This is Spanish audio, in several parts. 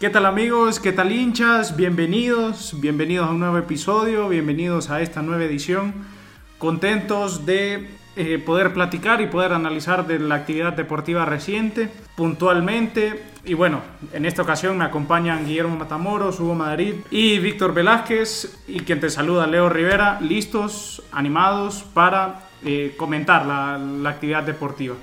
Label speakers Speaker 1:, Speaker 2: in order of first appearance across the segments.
Speaker 1: ¿Qué tal amigos? ¿Qué tal hinchas? Bienvenidos, bienvenidos a un nuevo episodio, bienvenidos a esta nueva edición. Contentos de eh, poder platicar y poder analizar de la actividad deportiva reciente, puntualmente. Y bueno, en esta ocasión me acompañan Guillermo Matamoros, Hugo Madrid y Víctor Velázquez. Y quien te saluda, Leo Rivera, listos, animados para eh, comentar la, la actividad deportiva.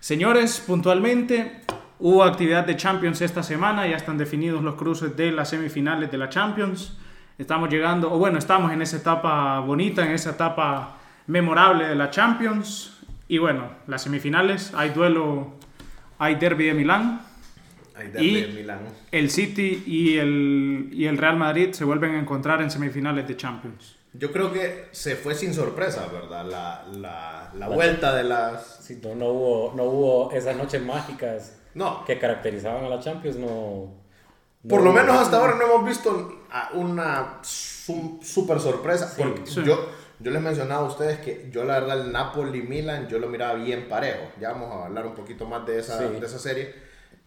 Speaker 1: Señores, puntualmente, Hubo actividad de Champions esta semana, ya están definidos los cruces de las semifinales de la Champions. Estamos llegando, o bueno, estamos en esa etapa bonita, en esa etapa memorable de la Champions. Y bueno, las semifinales, hay duelo, hay derby de Milán.
Speaker 2: Hay
Speaker 1: y
Speaker 2: derby en Milán.
Speaker 1: el City y el, y el Real Madrid se vuelven a encontrar en semifinales de Champions.
Speaker 2: Yo creo que se fue sin sorpresa, ¿verdad? La, la, la vuelta de las...
Speaker 3: Sí, no, no hubo, no hubo esas noches mágicas
Speaker 2: No,
Speaker 3: que caracterizaban a la Champions, no. no
Speaker 2: por lo
Speaker 3: hubo.
Speaker 2: menos hasta ahora no hemos visto a una su- super sorpresa. porque
Speaker 1: sí.
Speaker 2: Yo, yo les mencionaba a ustedes que yo la verdad el Napoli-Milan yo lo miraba bien parejo. Ya vamos a hablar un poquito más de esa,
Speaker 3: Sí.
Speaker 2: de esa serie.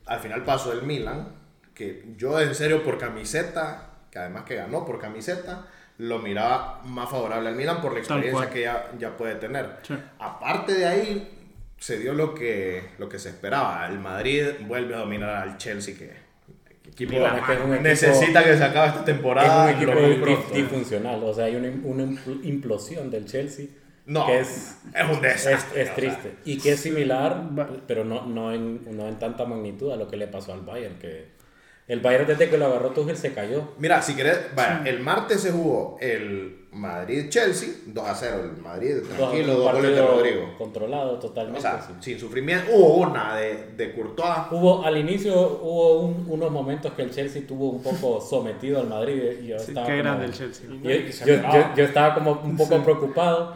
Speaker 2: Al final pasó el Milan, que yo en serio por camiseta, que además que ganó por camiseta, lo miraba más favorable al Milan por la
Speaker 1: Tal
Speaker 2: experiencia
Speaker 1: cual.
Speaker 2: que ya, ya puede tener.
Speaker 1: Sí.
Speaker 2: Aparte de ahí, se dio lo que, lo que se esperaba. El Madrid vuelve a dominar al Chelsea, que, que equipo
Speaker 3: Mira, es que es un equipo-
Speaker 2: necesita que se acabe esta
Speaker 3: Es
Speaker 2: temporada.
Speaker 3: un equipo
Speaker 2: lo más
Speaker 3: dif-
Speaker 2: pronto.
Speaker 3: disfuncional, o sea, hay una, una impl- implosión del Chelsea
Speaker 2: No,
Speaker 3: que
Speaker 2: es,
Speaker 3: es, este.
Speaker 2: un
Speaker 3: es,
Speaker 2: desastre. o
Speaker 3: es
Speaker 2: sea.
Speaker 3: triste y que es similar,
Speaker 1: Va-
Speaker 3: pero no, no, en, no en tanta magnitud a lo que le pasó al Bayern. que El Bayern desde que lo agarró Tuchel se cayó.
Speaker 2: Mira, si querés, vaya, el martes se jugó el Madrid-Chelsea, 2 a 0. El Madrid, tranquilo,
Speaker 3: Un
Speaker 2: dos goles de
Speaker 3: partido
Speaker 2: Rodrigo.
Speaker 3: Controlado totalmente.
Speaker 2: O sea,
Speaker 3: sí.
Speaker 2: sin sufrimiento. Hubo una de, de Courtois.
Speaker 3: Hubo, al inicio hubo un- unos momentos que el Chelsea tuvo un poco sometido al Madrid eh, y yo
Speaker 1: Sí,
Speaker 3: estaba
Speaker 1: que era
Speaker 3: como-
Speaker 1: del Chelsea.
Speaker 3: yo, yo- yo- yo estaba como un poco preocupado,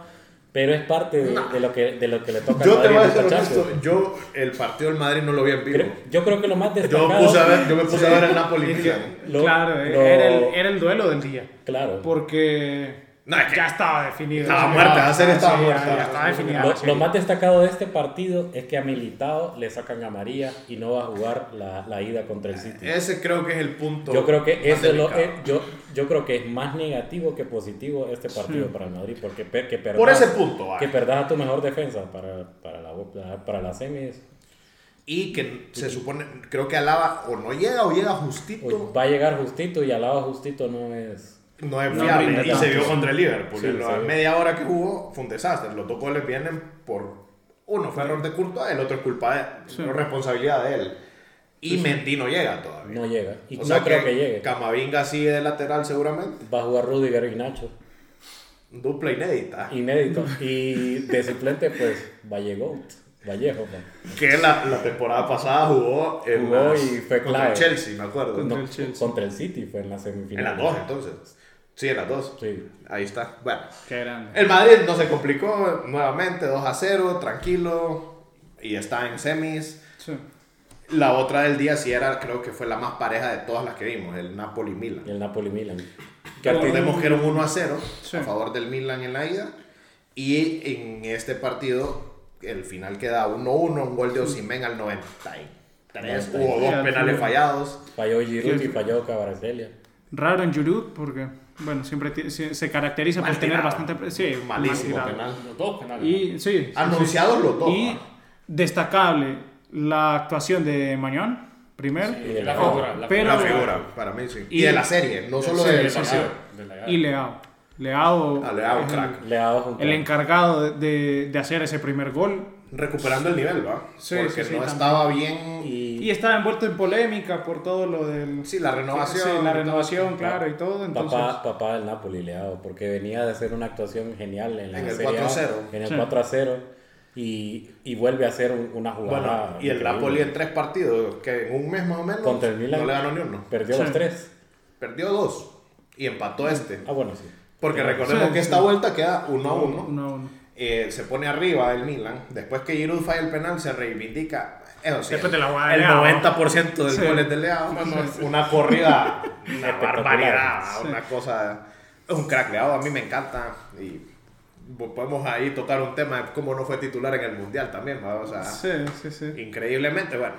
Speaker 3: pero es parte de, de lo, que, de lo que le toca
Speaker 2: Yo
Speaker 3: al
Speaker 2: te
Speaker 3: Madrid
Speaker 2: voy a
Speaker 3: en esta
Speaker 2: ser honesto,
Speaker 3: Champions.
Speaker 2: yo el partido del Madrid no lo vi en vivo.
Speaker 3: Creo- yo creo que lo más
Speaker 2: Yo,
Speaker 3: destacado...
Speaker 2: puse a ver, yo me puse a ver el
Speaker 1: Es que-
Speaker 2: Napoli-Milan.
Speaker 3: Lo-
Speaker 1: claro, eh,
Speaker 3: lo-
Speaker 1: era, el, era el duelo del día.
Speaker 3: Claro.
Speaker 1: Porque
Speaker 2: No, es que-
Speaker 1: ya estaba definido.
Speaker 2: Estaba
Speaker 1: O sea,
Speaker 2: muerta, la serie
Speaker 1: sí,
Speaker 2: estaba
Speaker 1: ya-
Speaker 2: muerta.
Speaker 1: Ya estaba definida.
Speaker 3: Lo,
Speaker 1: la serie.
Speaker 3: lo más destacado de este partido es que a Militao le sacan amarilla y no va a jugar la, la ida contra el City.
Speaker 2: Ese creo que es el punto.
Speaker 3: Yo creo
Speaker 2: más
Speaker 3: que eso es lo-
Speaker 2: delicado.
Speaker 3: eh, yo, yo creo que es más negativo que positivo este partido para el Madrid porque per- que perdas,
Speaker 2: Por ese punto, vaya.
Speaker 3: que perdas a tu mejor defensa para, para la para las semis
Speaker 2: Y que se supone, creo que Alaba o no llega o llega justito.
Speaker 3: Uy, va a llegar justito y al lado justito no es
Speaker 2: no es
Speaker 1: No
Speaker 2: fiable.
Speaker 1: rinde
Speaker 2: y se
Speaker 1: tanto,
Speaker 2: vio
Speaker 1: sí.
Speaker 2: contra el Liverpool.
Speaker 3: Sí,
Speaker 2: en la
Speaker 3: sí.
Speaker 2: media hora que jugó fue un desastre. Los dos goles vienen por. Uno fue error de Courtois, el otro es culpa de.
Speaker 1: Sí.
Speaker 2: no es responsabilidad de él. Y Mendy no llega todavía.
Speaker 3: no llega y
Speaker 2: O
Speaker 3: no
Speaker 2: sea
Speaker 3: creo que, llegue
Speaker 2: Camavinga sigue de lateral seguramente.
Speaker 3: va a jugar Rudiger y Nacho
Speaker 2: Dupla inédita.
Speaker 3: inédito y de suplente pues Vallejo Vallejo pues.
Speaker 2: Que la, la temporada pasada jugó. en
Speaker 3: Jugó
Speaker 2: las-
Speaker 3: y fue
Speaker 2: contra
Speaker 3: clave.
Speaker 2: el Chelsea, me acuerdo.
Speaker 1: Contra
Speaker 3: No,
Speaker 1: el Chelsea.
Speaker 3: contra el City fue en la
Speaker 2: En
Speaker 3: semifinal
Speaker 2: las dos, entonces. Sí, en las dos.
Speaker 3: Sí.
Speaker 2: Ahí está. Bueno.
Speaker 1: Qué grande.
Speaker 2: El Madrid no se complicó nuevamente, 2 a 0, tranquilo. Y está en semis.
Speaker 1: Sí.
Speaker 2: La otra del día sí era, creo que fue la más pareja de todas las que vimos, el Napoli-Milan.
Speaker 3: y el Napoli Milan
Speaker 2: Que recordemos que era un 1 a 0
Speaker 1: Sí.
Speaker 2: a favor del Milan en la ida. Y en este partido, el final queda 1-1, un gol de Osimhen al 93. Hubo dos
Speaker 1: Mira,
Speaker 2: penales
Speaker 1: sí.
Speaker 2: fallados.
Speaker 3: falló Giroud
Speaker 1: Sí.
Speaker 3: y falló Cabarcelia
Speaker 1: Raro en Giroud porque, bueno, siempre ti- se se caracteriza por
Speaker 2: Mal
Speaker 1: tener
Speaker 2: tirado.
Speaker 1: bastante... pre- Sí, mal
Speaker 2: Malísimo
Speaker 1: tirado.
Speaker 2: penal.
Speaker 4: Los dos penales.
Speaker 1: Y, sí,
Speaker 2: Anunciados los dos.
Speaker 1: y
Speaker 2: ¿va?
Speaker 1: destacable la actuación de Mañón, primero.
Speaker 4: Sí, la
Speaker 1: Oh,
Speaker 4: figura, la
Speaker 1: pero,
Speaker 2: La figura, para mí sí. Y,
Speaker 1: Y-
Speaker 2: de la serie, no solo
Speaker 4: Sí,
Speaker 2: de
Speaker 4: de
Speaker 2: la
Speaker 4: la
Speaker 2: serie.
Speaker 4: llave, de la llave.
Speaker 1: Y Leao. Leao,
Speaker 2: Ah, le da un
Speaker 1: es
Speaker 2: crack.
Speaker 3: le ha dado un
Speaker 1: el encargado de, de- de hacer ese primer gol.
Speaker 2: Recuperando el nivel, ¿va?
Speaker 1: Sí,
Speaker 2: Porque
Speaker 1: sí, sí,
Speaker 2: no
Speaker 1: también.
Speaker 2: estaba bien.
Speaker 3: y
Speaker 1: Y estaba envuelto en polémica por todo lo del...
Speaker 2: Sí, la renovación.
Speaker 1: Sí, la
Speaker 2: y todo.
Speaker 1: renovación, claro, y todo. Entonces,
Speaker 3: Papá, papá del Napoli Leao, porque venía de hacer una actuación genial en la
Speaker 2: En el
Speaker 3: Serie A,
Speaker 2: 4-0.
Speaker 3: En el
Speaker 1: Sí.
Speaker 3: 4-0. Y, y vuelve a hacer un- una jugada.
Speaker 2: Bueno, y el
Speaker 3: increíble.
Speaker 2: Napoli en tres partidos, que en un mes más o menos,
Speaker 3: Contra el Milan.
Speaker 2: no le ganó ni uno.
Speaker 3: Perdió
Speaker 1: Sí.
Speaker 3: los tres.
Speaker 2: Perdió dos y empató este.
Speaker 3: Ah, bueno, sí.
Speaker 2: Porque recordemos
Speaker 1: Sí,
Speaker 2: que
Speaker 1: sí.
Speaker 2: esta vuelta queda uno a uno.
Speaker 1: uno a uno.
Speaker 2: Eh, se pone arriba el Milan. Después que Giroud falla el penal, se reivindica. Eso sí,
Speaker 1: Después
Speaker 2: el-
Speaker 1: de la jugada de
Speaker 2: el
Speaker 1: Leao.
Speaker 2: 90% del
Speaker 1: Sí.
Speaker 2: gol es de Leao. No, no, es Una corrida, una
Speaker 3: Espectacular.
Speaker 2: barbaridad,
Speaker 1: Sí.
Speaker 2: una cosa. Es un crack Leao, a mí me encanta. Y podemos ahí tocar un tema de cómo no Ah. fue titular en el Mundial también. ¿va? O sea,
Speaker 1: Sí, sí, sí.
Speaker 2: increíblemente, bueno.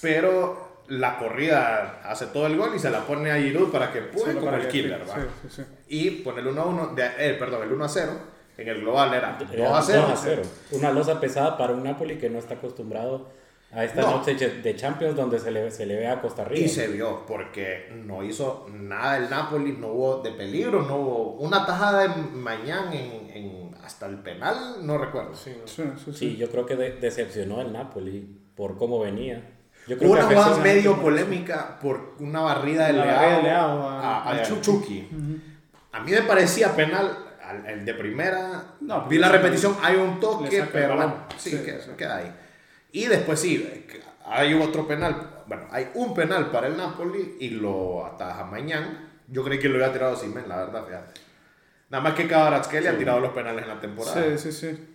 Speaker 2: Pero la corrida hace todo el gol y se la pone a Giroud para que
Speaker 1: Solo
Speaker 2: pue como
Speaker 1: para
Speaker 2: el
Speaker 1: que-
Speaker 2: killer,
Speaker 1: sí,
Speaker 2: ¿va?
Speaker 1: sí, sí.
Speaker 2: Y pone el 1 a 1, de- eh, perdón, el 1 a 0, en el global era 2
Speaker 3: Era
Speaker 2: a 0.
Speaker 3: 2 a 0. Una losa pesada para un Napoli que no está acostumbrado a esta
Speaker 2: No.
Speaker 3: noche che- de Champions donde se le, se le ve a Costa Rica.
Speaker 2: Y se vio, porque no hizo nada el Napoli, no hubo de peligro, no hubo una tajada de Mañán en, en- hasta el penal, no recuerdo.
Speaker 1: Sí, sí, sí.
Speaker 3: Sí, yo creo que de- decepcionó el Napoli por cómo venía. Yo creo
Speaker 2: Una
Speaker 3: que
Speaker 2: jugada
Speaker 3: afectó-
Speaker 2: medio polémica por una barrida de
Speaker 1: La
Speaker 2: Leao,
Speaker 1: barrida de Leao ah, a-
Speaker 2: a,
Speaker 1: al
Speaker 2: al
Speaker 1: Chucky.
Speaker 2: Chucky. A mí me parecía penal, al- el de primera.
Speaker 1: No, porque
Speaker 2: vi la
Speaker 1: le saca-
Speaker 2: repetición, hay un
Speaker 1: le
Speaker 2: toque,
Speaker 1: saca el
Speaker 2: pero
Speaker 1: balón.
Speaker 2: bueno, sí,
Speaker 1: Sí,
Speaker 2: que-
Speaker 1: sí.
Speaker 2: queda ahí. Y después sí, eh, hay otro penal. Bueno, hay un penal para el Napoli y lo ataja Mañán. Yo creí que lo había tirado Simen, la verdad, fíjate. Nada más que Kvaratskhelia ha tirado los penales en la temporada.
Speaker 1: Sí, sí, sí.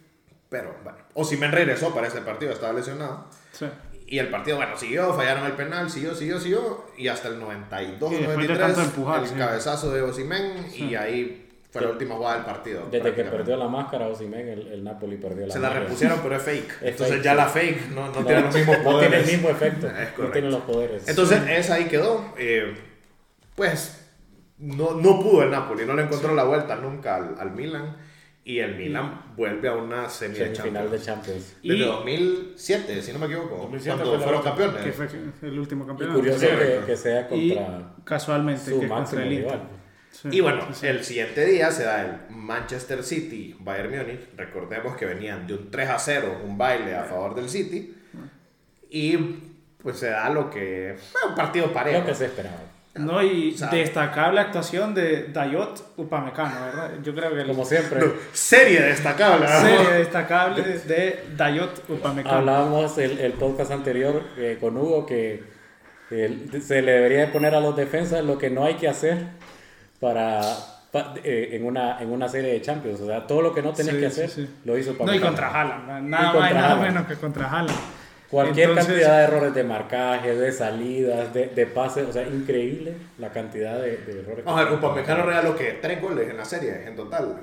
Speaker 2: Pero bueno, o Simen regresó para ese partido, estaba lesionado.
Speaker 1: sí.
Speaker 2: Y el partido, bueno, siguió, fallaron el penal, siguió, siguió, siguió. Y hasta el 92,
Speaker 1: Y después de
Speaker 2: 93,
Speaker 1: tanto empujar,
Speaker 2: el
Speaker 1: sí.
Speaker 2: cabezazo de Osimén. Y ahí fue la última jugada del partido.
Speaker 3: Desde que
Speaker 2: prácticamente.
Speaker 3: perdió la máscara Osimhen, el, el Napoli perdió la
Speaker 2: Se la
Speaker 3: máscara.
Speaker 2: repusieron, pero es fake.
Speaker 3: Es
Speaker 2: Entonces
Speaker 3: fake,
Speaker 2: ya
Speaker 3: sí.
Speaker 2: la fake no, no
Speaker 3: No,
Speaker 2: tiene los mismos
Speaker 3: no
Speaker 2: poderes. Ah,
Speaker 3: tiene el mismo efecto.
Speaker 2: Es
Speaker 3: no
Speaker 2: correcto.
Speaker 3: tiene los poderes.
Speaker 2: Entonces, esa ahí quedó. Eh, pues no, no pudo el Napoli, no le encontró la vuelta nunca al, al Milan. Y el Milan vuelve a una semi de
Speaker 3: semifinal de
Speaker 2: Champions.
Speaker 3: Champions.
Speaker 2: Desde
Speaker 1: Y-
Speaker 2: 2007, si no me equivoco,
Speaker 4: 2007 fue
Speaker 2: cuando
Speaker 4: la
Speaker 2: fueron
Speaker 4: otra.
Speaker 2: campeones.
Speaker 1: Que fue el último
Speaker 3: Y
Speaker 1: campeonato.
Speaker 3: curioso
Speaker 2: sí,
Speaker 3: que,
Speaker 2: correcto.
Speaker 3: que sea
Speaker 1: Y
Speaker 3: contra
Speaker 1: casualmente
Speaker 3: su
Speaker 1: que
Speaker 3: máximo
Speaker 1: contra el Inter.
Speaker 3: rival.
Speaker 1: Sí,
Speaker 2: Y bueno,
Speaker 1: sí, sí.
Speaker 2: el siguiente día se da el Manchester City, Bayern Múnich. Recordemos que venían de un 3 a 0, un baile a favor del City. Y pues se da lo que. bueno, un partido parejo.
Speaker 3: Lo que se esperaba.
Speaker 1: No, y
Speaker 2: O sea-
Speaker 1: destacable actuación de Dayot Upamecano, ¿verdad? Yo creo que el-
Speaker 3: Como siempre,
Speaker 2: Serie destacable. ¿no?
Speaker 1: serie destacable de Dayot Upamecano.
Speaker 3: Ah, hablábamos el, el podcast anterior eh, con Hugo que el- se le debería de poner a los defensas lo que no hay que hacer para, pa- eh, en, una, en una serie de Champions. O sea, todo lo que no tenés
Speaker 1: Sí,
Speaker 3: que
Speaker 1: sí,
Speaker 3: hacer
Speaker 1: sí.
Speaker 3: lo hizo para
Speaker 1: No, y contra Haaland,
Speaker 3: Y
Speaker 1: nada
Speaker 3: contra
Speaker 1: más y nada
Speaker 3: Haaland.
Speaker 1: menos que contra Haaland.
Speaker 3: Cualquier
Speaker 1: Entonces-
Speaker 3: cantidad de errores de marcaje, de salidas, de, de pases, o sea, increíble la cantidad de, de errores.
Speaker 2: Vamos a ver, Upamecano regaló que tres goles en la serie, en total.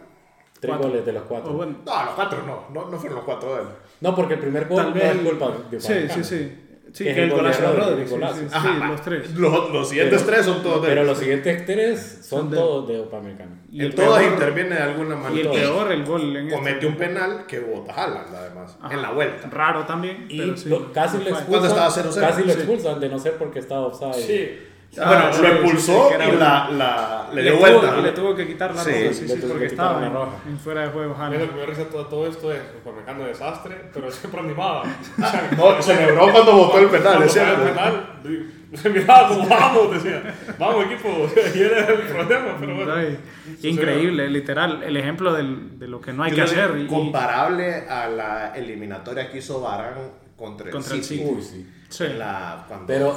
Speaker 3: Tres
Speaker 1: Cuatro.
Speaker 3: goles de los cuatro.
Speaker 1: O bueno,
Speaker 2: No, los cuatro no, no, no fueron los cuatro de él.
Speaker 3: No, porque el primer gol
Speaker 1: tal
Speaker 3: no
Speaker 1: vez.
Speaker 3: es culpa de
Speaker 1: Sí, sí,
Speaker 3: Upamecano.
Speaker 1: sí. Sí,
Speaker 3: Que es
Speaker 1: que
Speaker 3: el
Speaker 1: el golazo de
Speaker 3: goleador,
Speaker 1: Rodri.
Speaker 3: el
Speaker 1: Sí,
Speaker 3: golazo.
Speaker 1: sí, sí,
Speaker 2: Ajá,
Speaker 1: los tres.
Speaker 2: Los, los siguientes tres son todos de
Speaker 3: Pero
Speaker 2: él.
Speaker 3: los siguientes tres son
Speaker 1: Son de-
Speaker 3: todos de Upamecano.
Speaker 1: Y
Speaker 2: En
Speaker 1: el
Speaker 2: todos
Speaker 1: peor,
Speaker 2: interviene de alguna
Speaker 1: y el
Speaker 2: manera.
Speaker 1: peor, el gol en este.
Speaker 2: Comete un penal que vota Haaland, además,
Speaker 1: Ajá.
Speaker 2: en la vuelta.
Speaker 1: Raro también,
Speaker 3: Y
Speaker 1: pero sí.
Speaker 3: lo- casi lo expulsan.
Speaker 2: ¿Cuándo estaba 0-0?
Speaker 3: Casi lo
Speaker 2: Sí.
Speaker 3: expulsan, de no ser porque estaba offside.
Speaker 4: Sí.
Speaker 1: Ah,
Speaker 2: bueno,
Speaker 1: sí,
Speaker 2: lo
Speaker 1: sí,
Speaker 2: expulsó
Speaker 1: sí, que era
Speaker 2: y
Speaker 1: un-
Speaker 2: la, la- le
Speaker 1: Le
Speaker 2: dio
Speaker 1: tuvo-
Speaker 2: vuelta.
Speaker 1: y le tuvo que quitar la
Speaker 2: Sí,
Speaker 1: roja, sí,
Speaker 3: le
Speaker 1: sí,
Speaker 3: tuvo que
Speaker 1: porque
Speaker 3: quitar
Speaker 1: estaba
Speaker 3: la
Speaker 1: en-
Speaker 3: roja.
Speaker 1: en fuera de juego
Speaker 4: A mí lo
Speaker 1: Haaland.
Speaker 4: que me risa todo, todo esto es Upamecano desastre, pero siempre animaba.
Speaker 2: No, se celebró cuando botó el penal, es
Speaker 4: Cuando fue
Speaker 2: cierto.
Speaker 4: el penal, di- se miraba como vamos, decía. Vamos equipo, y era el problema, pero bueno.
Speaker 1: Ay, Increíble, literal, el ejemplo del- de lo que no hay que
Speaker 2: Yo creo
Speaker 1: hacer. y-
Speaker 2: Comparable a la eliminatoria que hizo Varane contra el
Speaker 1: Contra el
Speaker 2: City.
Speaker 1: City.
Speaker 3: Uy, sí.
Speaker 1: Sí.
Speaker 2: En la- cuando-
Speaker 3: Pero-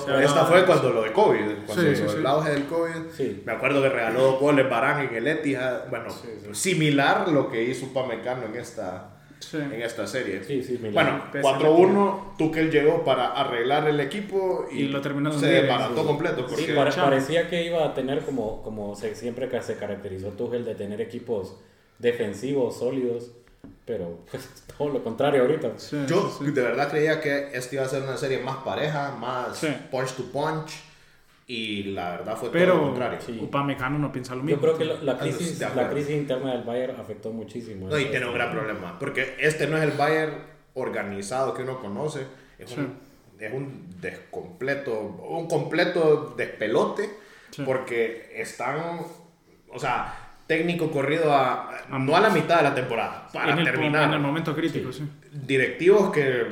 Speaker 1: pero-
Speaker 2: esta fue cuando lo de COVID, cuando
Speaker 1: Sí, sí, sí.
Speaker 2: el auge del COVID.
Speaker 3: Sí.
Speaker 2: Me acuerdo que regaló dos goles Barán en el Etihad. Bueno, similar lo que hizo Upamecano en esta,
Speaker 1: Sí.
Speaker 2: en esta serie.
Speaker 3: Sí, sí, mira.
Speaker 2: Bueno,
Speaker 1: Pésame
Speaker 2: 4-1, Tuchel llegó para arreglar el equipo y,
Speaker 1: Y lo terminó de
Speaker 2: se
Speaker 1: hundir,
Speaker 2: desbarató
Speaker 1: sí.
Speaker 2: completo. Porque,
Speaker 3: Sí, pare-
Speaker 1: Chao.
Speaker 3: parecía que iba a tener como, como se- siempre que se caracterizó Tuchel de tener equipos defensivos, sólidos, pero pues todo lo contrario ahorita.
Speaker 1: Sí,
Speaker 2: Yo
Speaker 1: sí, sí.
Speaker 2: de verdad creía que esta iba a ser una serie más pareja, más
Speaker 1: Sí.
Speaker 2: punch to punch. Y la verdad fue
Speaker 1: Pero
Speaker 2: todo lo contrario.
Speaker 3: Sí.
Speaker 1: Upamecano no piensa lo mismo.
Speaker 3: Yo creo que la, la crisis,
Speaker 2: de acuerdo.
Speaker 3: la crisis interna del Bayern afectó muchísimo.
Speaker 2: No, y tiene un gran problema. Porque este no es el Bayern organizado que uno conoce. Es, un, es un descompleto, un completo despelote.
Speaker 1: Sí.
Speaker 2: Porque están, o sea, técnico corrido a, no a la mitad de la temporada, para
Speaker 1: en el,
Speaker 2: terminar.
Speaker 1: en el momento crítico, sí.
Speaker 2: Directivos que,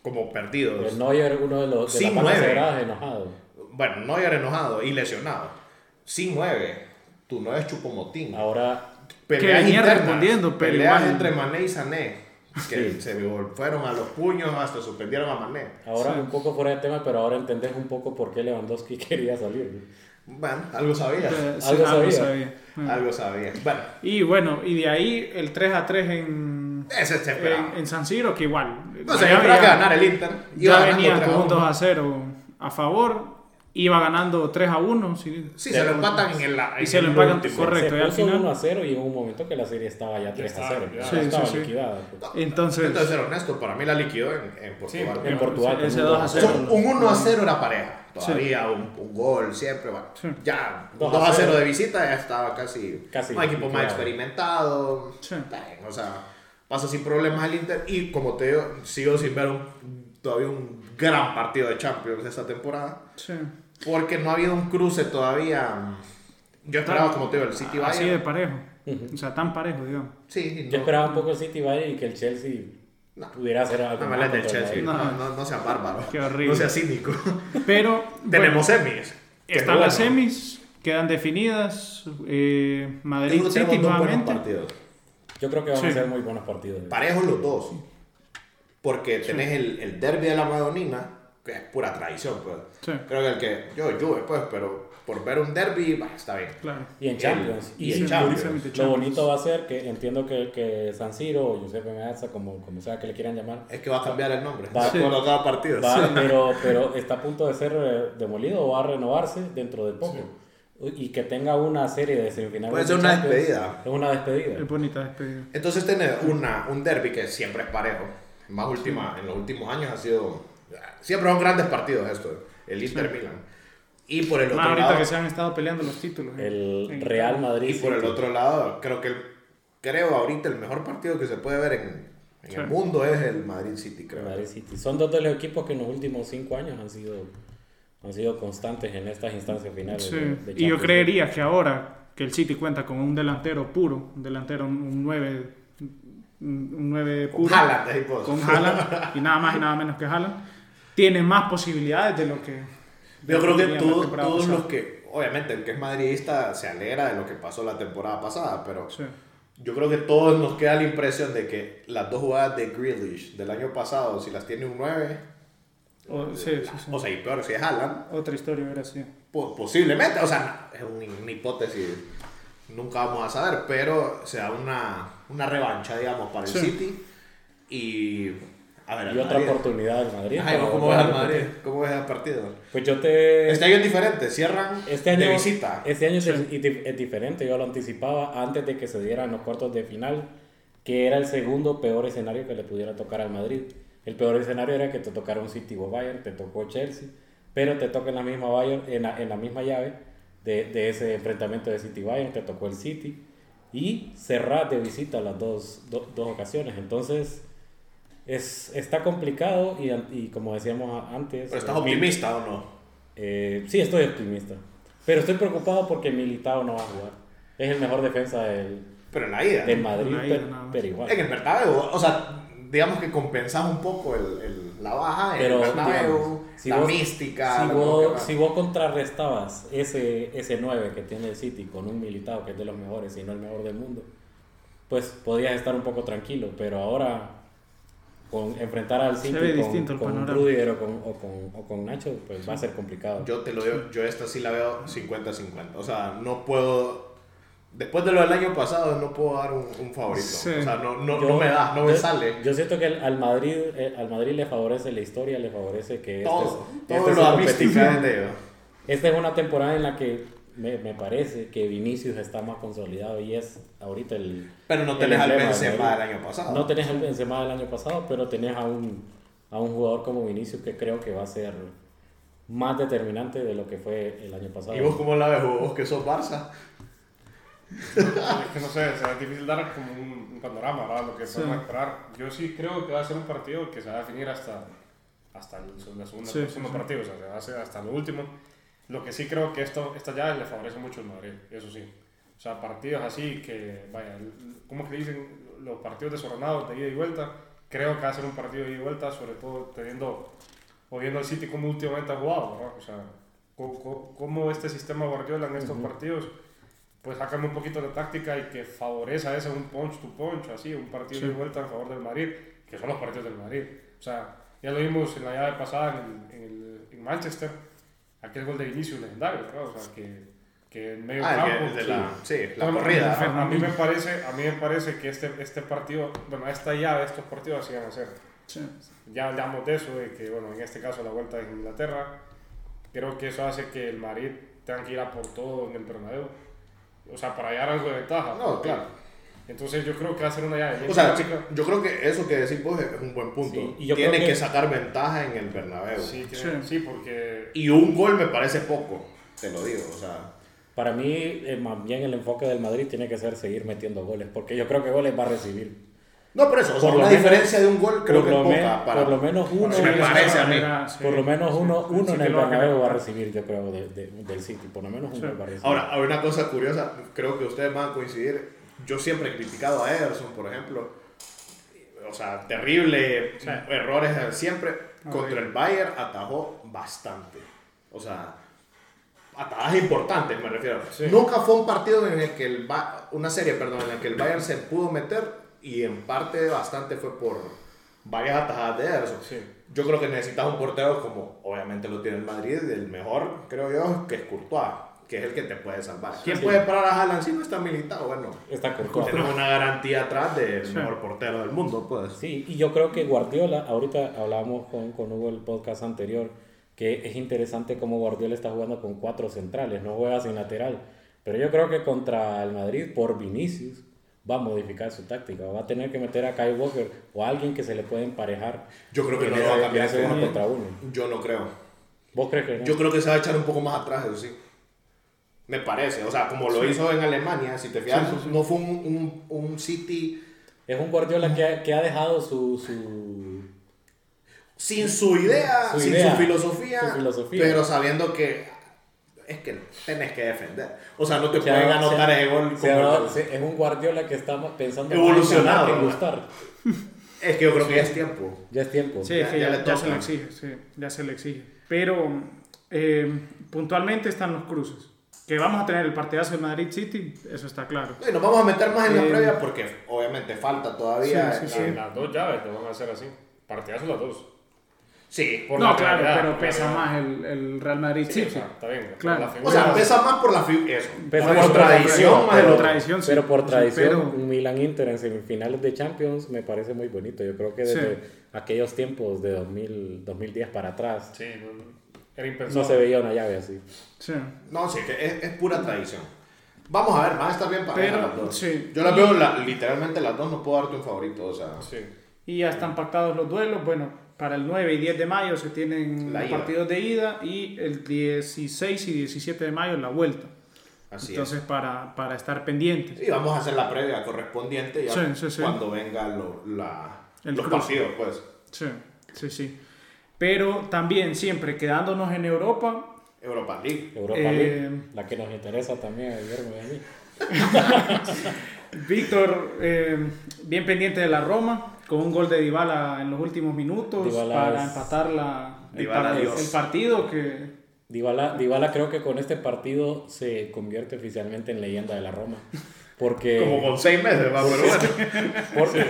Speaker 2: como perdidos.
Speaker 3: El Neuer, uno de los de
Speaker 2: Sí,
Speaker 3: las patas
Speaker 2: nueve.
Speaker 3: sagradas, enojado.
Speaker 2: Bueno, Neuer enojado y lesionado. Sin 9. Tu 9 es Chupomotín.
Speaker 3: Ahora,
Speaker 1: Ah, Que venía respondiendo, pero
Speaker 2: peleas
Speaker 1: igual-
Speaker 2: entre Mané y Sané. Que
Speaker 3: Sí.
Speaker 2: se fueron a los puños, hasta suspendieron a Mané.
Speaker 3: ahora un poco fuera de tema, pero ahora entendés un poco por qué Lewandowski quería salir.
Speaker 2: Bueno, algo sabía.
Speaker 1: Eh, sí,
Speaker 3: Algo sabía.
Speaker 1: Ah.
Speaker 2: Algo sabía. Bueno,
Speaker 1: Y bueno, y de ahí el 3 a 3 en,
Speaker 2: ese se esperaba.
Speaker 1: en, en San Siro, que igual.
Speaker 2: No se
Speaker 1: Miami
Speaker 2: esperaba que
Speaker 1: eh, ya-
Speaker 2: ganar el Inter. Iba
Speaker 1: Ya
Speaker 2: ganando
Speaker 1: venía
Speaker 2: tres a
Speaker 1: con un
Speaker 2: uno.
Speaker 1: 2 a 0 a favor. Iba ganando 3 a 1. Sí,
Speaker 2: Sí, se lo empatan en el. en
Speaker 1: Y se lo
Speaker 2: el
Speaker 1: empatan,
Speaker 2: último.
Speaker 1: correcto.
Speaker 3: se
Speaker 1: y al
Speaker 3: puso
Speaker 1: final-
Speaker 3: 1 a 0 y en un momento que la serie estaba ya 3 a
Speaker 4: estaba
Speaker 3: 0. ya
Speaker 4: liquidada.
Speaker 1: Sí,
Speaker 3: estaba
Speaker 1: sí, sí.
Speaker 3: liquidada.
Speaker 1: Entonces-
Speaker 2: Siento de ser honesto, para mí la liquidó en, en Portugal.
Speaker 3: En Portugal.
Speaker 1: Ese
Speaker 3: con un
Speaker 1: 2 a
Speaker 3: dos
Speaker 1: 0.
Speaker 2: Son un 1 a 0 era pareja. Todavía un, un gol, siempre. bueno, Ya,
Speaker 3: Dos
Speaker 2: 2
Speaker 3: a
Speaker 2: a 0
Speaker 3: cero.
Speaker 2: de visita ya estaba casi.
Speaker 3: Casi,
Speaker 2: un equipo más
Speaker 3: claro.
Speaker 2: experimentado.
Speaker 1: Sí.
Speaker 2: Bien, o sea, pasa sin problemas el Inter. Y como te digo, sigo sin ver un- todavía un gran partido de Champions esta temporada.
Speaker 1: Sí.
Speaker 2: Porque no ha habido un cruce todavía. Yo esperaba, como te digo, el City
Speaker 1: Ah, Así de
Speaker 2: Bayern.
Speaker 1: parejo. O sea, tan parejo, digamos.
Speaker 2: Sí,
Speaker 3: Yo
Speaker 2: no.
Speaker 3: esperaba un poco el City Bayern y que el Chelsea
Speaker 2: No.
Speaker 3: pudiera hacer algo.
Speaker 2: No me
Speaker 3: más
Speaker 2: hables del
Speaker 3: contra el
Speaker 2: Chelsea.
Speaker 3: Bayern.
Speaker 2: No, no, no sea bárbaro.
Speaker 1: Qué horrible.
Speaker 2: No sea cínico.
Speaker 1: Pero bueno,
Speaker 2: Tenemos semis. que
Speaker 1: están las
Speaker 2: bueno.
Speaker 1: semis, quedan definidas. eh, Madrid
Speaker 2: Tengo- tengo
Speaker 1: City
Speaker 2: dos buenos
Speaker 1: nuevamente.
Speaker 2: partidos.
Speaker 3: Yo creo que van
Speaker 1: Sí.
Speaker 3: a ser muy buenos partidos.
Speaker 2: Parejos los dos. Porque tenés el, el derby de la Madonina, que es pura traición. Pues.
Speaker 1: Sí.
Speaker 2: Creo que el que. Yo, Juve, pues, pero por ver un derby, bah, está bien.
Speaker 1: Claro.
Speaker 3: Y en
Speaker 2: El-
Speaker 3: Champions.
Speaker 2: y
Speaker 1: Sí,
Speaker 2: en Champions.
Speaker 1: precisamente
Speaker 3: Lo
Speaker 1: Champions.
Speaker 3: bonito va a ser que entiendo que, que San Siro o Giuseppe Meazza, como, como sea que le quieran llamar,
Speaker 2: Es que va a cambiar el nombre.
Speaker 3: Va.
Speaker 2: Sí. Por cada partido.
Speaker 3: va, pero, pero está a punto de ser eh, demolido o va a renovarse dentro de poco. Y que tenga una serie de semifinales.
Speaker 2: Puede
Speaker 3: de
Speaker 2: ser una
Speaker 3: Champions,
Speaker 2: despedida.
Speaker 3: Es una despedida.
Speaker 1: Es bonita despedida.
Speaker 2: Entonces tener una, un derby que siempre es parejo, más última, en los últimos años ha sido... Siempre son grandes partidos esto, el Inter Milan. Y por el
Speaker 1: Más
Speaker 2: otro
Speaker 1: ahorita
Speaker 2: lado,
Speaker 1: que se han estado peleando los títulos. ¿eh?
Speaker 3: El
Speaker 1: En-
Speaker 3: Real Madrid.
Speaker 2: y por el
Speaker 3: City.
Speaker 2: otro lado, creo que el- creo ahorita el mejor partido que se puede ver en, en
Speaker 1: Sí.
Speaker 2: el mundo es el Madrid City, creo.
Speaker 3: Madrid City. Son dos de los equipos que en los últimos cinco años han sido, han sido constantes en estas instancias finales.
Speaker 1: Sí. Y
Speaker 3: de- de
Speaker 1: yo
Speaker 3: Champions.
Speaker 1: creería que ahora que el City cuenta con un delantero puro, un delantero, un 9, un 9
Speaker 2: Con
Speaker 1: puro,
Speaker 2: Haaland, ahí vos.
Speaker 1: con Haaland, y nada más y nada menos que Haaland, tiene más posibilidades de lo que. de
Speaker 2: Yo creo
Speaker 1: lo
Speaker 2: que
Speaker 1: tenía la
Speaker 2: todo-
Speaker 1: temporada
Speaker 2: todos
Speaker 1: pasada.
Speaker 2: los que, obviamente el que es madridista se alegra de lo que pasó la temporada pasada, pero...
Speaker 1: Sí.
Speaker 2: Yo creo que todos nos queda la impresión de que las dos jugadas de Grealish del año pasado, si las tiene un 9,
Speaker 1: O- sí, sí, sí.
Speaker 2: o sea, y peor, si es Haaland,
Speaker 1: Otra historia hubiera sido.
Speaker 2: po- Pues posiblemente, o sea, es un- una hipótesis, nunca vamos a saber, pero se da una, una revancha, digamos, para el
Speaker 1: Sí.
Speaker 2: City y... A ver,
Speaker 3: Y
Speaker 2: al
Speaker 3: otra
Speaker 2: Madrid.
Speaker 3: oportunidad del Madrid.
Speaker 2: Ajá, ¿y vos
Speaker 3: para
Speaker 2: ¿cómo ves
Speaker 3: volver a
Speaker 2: al
Speaker 3: repetir.
Speaker 2: Madrid? ¿Cómo ves el partido?
Speaker 3: Pues yo te.
Speaker 2: Este año es diferente, cierran
Speaker 3: Este año,
Speaker 2: de visita.
Speaker 3: Este año es, es- es diferente, yo lo anticipaba antes de que se dieran los cuartos de final, que era el segundo peor escenario que le pudiera tocar al Madrid. El peor escenario era que te tocara un City o Bayern, te tocó Chelsea, pero te toca en la misma, Bayern, en la, en la misma llave de, de ese enfrentamiento de City Bayern, te tocó el City y cerrar de visita las dos, do- dos ocasiones. Entonces, es, está complicado y, an- y como decíamos a- antes,
Speaker 2: ¿Pero estás
Speaker 3: eh, mi-
Speaker 2: optimista o no?
Speaker 3: eh, sí, estoy optimista. Pero estoy preocupado porque Militao no va a jugar. Es el mejor defensa del,
Speaker 2: Pero en la ida.
Speaker 3: del Madrid,
Speaker 1: Ahí,
Speaker 3: pero,
Speaker 1: nada más.
Speaker 3: pero igual.
Speaker 2: En el Bernabéu, o sea, digamos que compensas un poco el, el- la baja en
Speaker 3: Pero,
Speaker 2: el Bernabéu,
Speaker 3: digamos, si
Speaker 2: la
Speaker 3: vos-
Speaker 2: mística.
Speaker 3: si,
Speaker 2: lo como que
Speaker 3: vos,
Speaker 2: va.
Speaker 3: si vos contrarrestabas ese, ese 9 que tiene el City con un Militao que es de los mejores y no el mejor del mundo, pues podías estar un poco tranquilo. Pero ahora, con enfrentar al
Speaker 1: Se
Speaker 3: City
Speaker 1: ve
Speaker 3: con,
Speaker 1: distinto el
Speaker 3: con un
Speaker 1: panorama.
Speaker 3: Rudiger o con, o con- o con Nacho, pues va a ser complicado.
Speaker 2: Yo te lo digo, yo esta sí la veo 50-50. O sea, no puedo. Después de lo del año pasado, no puedo dar un, un favorito.
Speaker 1: Sí.
Speaker 2: O sea, no, no,
Speaker 3: Yo- este
Speaker 2: no me da, no me
Speaker 3: yo-
Speaker 2: sale.
Speaker 3: Yo siento que el- al Madrid, eh, al Madrid le favorece la historia, le favorece que este es-
Speaker 2: todo,
Speaker 3: este
Speaker 2: todo
Speaker 3: es
Speaker 2: lo
Speaker 3: su
Speaker 2: amístico
Speaker 3: competición.
Speaker 2: de ellos.
Speaker 3: Esta es una temporada en la que me, me parece que Vinicius está más consolidado y es ahorita el.
Speaker 2: Pero no
Speaker 3: el
Speaker 2: tenés al
Speaker 3: emblema
Speaker 2: Benzema
Speaker 3: Madrid.
Speaker 2: del año pasado.
Speaker 3: No tenés al Benzema del año pasado, pero tenés a un, a un jugador como Vinicius que creo que va a ser más determinante de lo que fue el año pasado.
Speaker 2: ¿Y vos cómo la ves? ¿Vos que sos Barça?
Speaker 4: Es que no sé, será difícil dar como un, un panorama, ¿verdad? Lo que se va a esperar. Yo sí creo que va a ser un partido que se va a definir hasta, hasta el segundo,
Speaker 1: Sí,
Speaker 4: próximo
Speaker 1: sí, sí.
Speaker 4: partido, o sea, se va a hacer hasta lo último. Lo que sí creo que esto, esta llave le favorece mucho al Madrid, eso sí. O sea, partidos así que, vaya, ¿cómo que dicen? Los partidos desordenados de ida y vuelta, creo que va a ser un partido de ida y vuelta, sobre todo teniendo o viendo al City como últimamente ha jugado, ¿verdad? O sea, co- co- cómo este sistema Guardiola en estos partidos, pues saca un poquito la táctica y que favorece a ese un punch to punch, así, un partido
Speaker 1: Sí.
Speaker 4: de vuelta en favor del Madrid, que son los partidos del Madrid. O sea, ya lo vimos en la llave pasada en, el- en el- en Manchester, aquel gol de Vinicius legendario, ¿verdad? O sea, que, que en medio
Speaker 2: Ah, el
Speaker 4: campo...
Speaker 2: que- de la, sí, la
Speaker 4: Entonces,
Speaker 2: corrida.
Speaker 4: a- A mí me parece, a mí me parece que este, este partido, bueno, esta llave, estos partidos así van a ser.
Speaker 1: Sí.
Speaker 4: Ya hablamos de eso, de que bueno, en este caso la vuelta es en Inglaterra. Creo que eso hace que el Madrid tenga que ir a por todo en el Bernabéu. O sea, para hallar algo de ventaja.
Speaker 2: No, claro.
Speaker 4: Entonces yo creo que va a ser una llave. bien
Speaker 2: O sea,
Speaker 4: chica.
Speaker 2: yo creo que eso que decís vos es un buen punto.
Speaker 3: Sí, y yo
Speaker 2: Tiene
Speaker 3: creo
Speaker 2: que...
Speaker 3: que-
Speaker 2: sacar ventaja en el Bernabéu.
Speaker 4: Sí, tiene- sí, porque
Speaker 2: Y un gol me parece poco, te lo digo. O sea,
Speaker 3: Para mí, eh, más bien el enfoque del Madrid tiene que ser seguir metiendo goles, porque yo creo que goles va a recibir.
Speaker 2: no, por eso, o sea,
Speaker 3: Por lo
Speaker 2: una
Speaker 3: menos-
Speaker 2: diferencia de un gol creo
Speaker 3: por
Speaker 2: que es
Speaker 3: lo men-
Speaker 2: poca. Para...
Speaker 3: por lo menos uno,
Speaker 2: me
Speaker 1: Sí,
Speaker 2: parece a mí.
Speaker 1: manera, sí.
Speaker 3: por lo menos uno, uno
Speaker 4: sí
Speaker 3: en
Speaker 4: que
Speaker 3: el
Speaker 4: lo va a
Speaker 3: Bernabéu
Speaker 4: ganar.
Speaker 3: va a recibir, yo creo, de- de- del City. Por lo menos uno va a recibir.
Speaker 2: Ahora, hay una cosa curiosa, creo que ustedes van a coincidir. Yo siempre he criticado a Ederson, por ejemplo. O sea, terrible,
Speaker 1: Sí.
Speaker 2: errores eh, siempre. Contra
Speaker 1: Horrible.
Speaker 2: el Bayern atajó bastante. O sea, atajadas importantes, me refiero.
Speaker 4: Sí.
Speaker 2: Nunca fue un partido en el que el Ba- una serie, perdón, en la que el Bayern se pudo meter y en parte bastante fue por varias atajadas de Ederson.
Speaker 4: Sí.
Speaker 2: Yo creo que necesitas un portero como obviamente lo tiene el Madrid, el mejor, creo yo, que es Courtois, que es el que te puede salvar. ¿Quién puede parar a Haaland si no está militado? Bueno,
Speaker 3: está Courtois.
Speaker 2: tenemos una garantía atrás del mejor portero del mundo, pues.
Speaker 3: Sí, y yo creo que Guardiola, ahorita hablábamos con, con Hugo el podcast anterior, que es interesante cómo Guardiola está jugando con cuatro centrales, no juega sin lateral. Pero yo creo que contra el Madrid, por Vinicius, va a modificar su táctica. Va a tener que meter a Kyle Walker o a alguien que se le puede emparejar.
Speaker 2: Yo creo que
Speaker 3: en
Speaker 2: no lo
Speaker 3: esa-
Speaker 2: va a
Speaker 3: en
Speaker 2: cambiar.
Speaker 3: ese uno contra uno.
Speaker 2: Yo no creo.
Speaker 3: ¿Vos crees que no?
Speaker 2: Yo creo que se va a echar un poco más atrás, eso sí. Me parece, o sea, como lo hizo en Alemania, si te fijas, no fue un, un, un City
Speaker 3: Es un Guardiola que ha, que ha dejado su, su...
Speaker 2: sin su idea,
Speaker 3: Su
Speaker 2: sin
Speaker 3: idea,
Speaker 2: su filosofía,
Speaker 3: su filosofía.
Speaker 2: pero sabiendo que es que tenés que defender. O sea, no te
Speaker 3: se
Speaker 2: pueden
Speaker 3: ha-
Speaker 2: anotar
Speaker 3: se ha-
Speaker 2: ese gol.
Speaker 3: se ha
Speaker 2: como-
Speaker 3: dado- se- es un Guardiola que está pensando más en
Speaker 2: Evolucionado,
Speaker 3: ganar que en
Speaker 2: ¿no?
Speaker 3: gustar.
Speaker 2: Es que yo creo que ya es tiempo.
Speaker 3: Ya es tiempo.
Speaker 1: Sí, es
Speaker 2: Ya-
Speaker 1: que
Speaker 2: ya
Speaker 1: ya,
Speaker 2: le
Speaker 1: ya
Speaker 2: toca.
Speaker 1: se le exige, sí, ya se le exige. Pero eh, puntualmente están los cruces. Que vamos a tener el partidazo de Madrid City, eso está claro.
Speaker 2: Y nos vamos a meter más en la
Speaker 1: Eh,
Speaker 2: previa porque obviamente falta todavía.
Speaker 1: Sí,
Speaker 2: la-
Speaker 1: sí, sí.
Speaker 4: las dos llaves lo van a hacer así. Partidazos las dos.
Speaker 2: sí.
Speaker 4: Por
Speaker 1: no,
Speaker 4: la
Speaker 1: claro,
Speaker 4: calidad,
Speaker 1: pero
Speaker 4: por la
Speaker 1: pesa
Speaker 4: calidad.
Speaker 1: más el, el Real Madrid
Speaker 4: Sí,
Speaker 1: City.
Speaker 4: o sea, está bien. por
Speaker 1: Claro.
Speaker 4: la
Speaker 1: O
Speaker 2: O
Speaker 4: figura.
Speaker 2: sea, pesa más por la figura. Eso.
Speaker 3: pues, Pesa
Speaker 2: por
Speaker 3: más por la
Speaker 2: tradición,
Speaker 3: figura,
Speaker 2: más el
Speaker 1: Por
Speaker 2: otro.
Speaker 1: tradición, sí.
Speaker 3: Pero por
Speaker 1: Sí,
Speaker 3: tradición,
Speaker 1: pero-
Speaker 3: un Milan Inter en semifinales de Champions me parece muy bonito. Yo creo que desde
Speaker 1: Sí.
Speaker 3: aquellos tiempos de 2000, 2010 para atrás
Speaker 4: Sí, no- no. era impensable.
Speaker 3: no se veía una llave así.
Speaker 1: sí.
Speaker 2: No, sí, que es, es pura tradición. Vamos a ver, van a estar bien parejas
Speaker 1: Pero,
Speaker 2: las dos.
Speaker 1: sí.
Speaker 2: Yo las veo la- literalmente las dos, no puedo darte un favorito. O sea,
Speaker 4: Sí.
Speaker 1: Y ya están pactados los duelos. Bueno, para el 9 y 10 de mayo se tienen
Speaker 2: La
Speaker 1: los
Speaker 2: ida.
Speaker 1: partidos de ida y el 16 y 17 de mayo la vuelta.
Speaker 2: así es.
Speaker 1: Entonces, para, para estar pendientes.
Speaker 2: Y vamos a hacer la previa correspondiente ya
Speaker 1: Sí, sí, sí.
Speaker 2: cuando venga lo- la-
Speaker 1: El
Speaker 2: los
Speaker 1: cruce.
Speaker 2: partidos, pues.
Speaker 1: Sí, sí, sí. Pero también, siempre quedándonos en Europa,
Speaker 2: Europa League.
Speaker 3: Europa
Speaker 1: Eh,
Speaker 3: League, la que nos interesa también a Guillermo y a mí.
Speaker 1: Víctor, eh, bien pendiente de la Roma, con un gol de Dybala en los últimos minutos
Speaker 3: Dybala
Speaker 1: para
Speaker 3: es-
Speaker 1: empatar la, el,
Speaker 2: Dybala
Speaker 1: par-
Speaker 2: Dios.
Speaker 1: el partido que...
Speaker 3: Dybala, Dybala creo que con este partido se convierte oficialmente en leyenda de la Roma. Porque...
Speaker 2: Como con seis meses, va, pero bueno.
Speaker 3: Porque,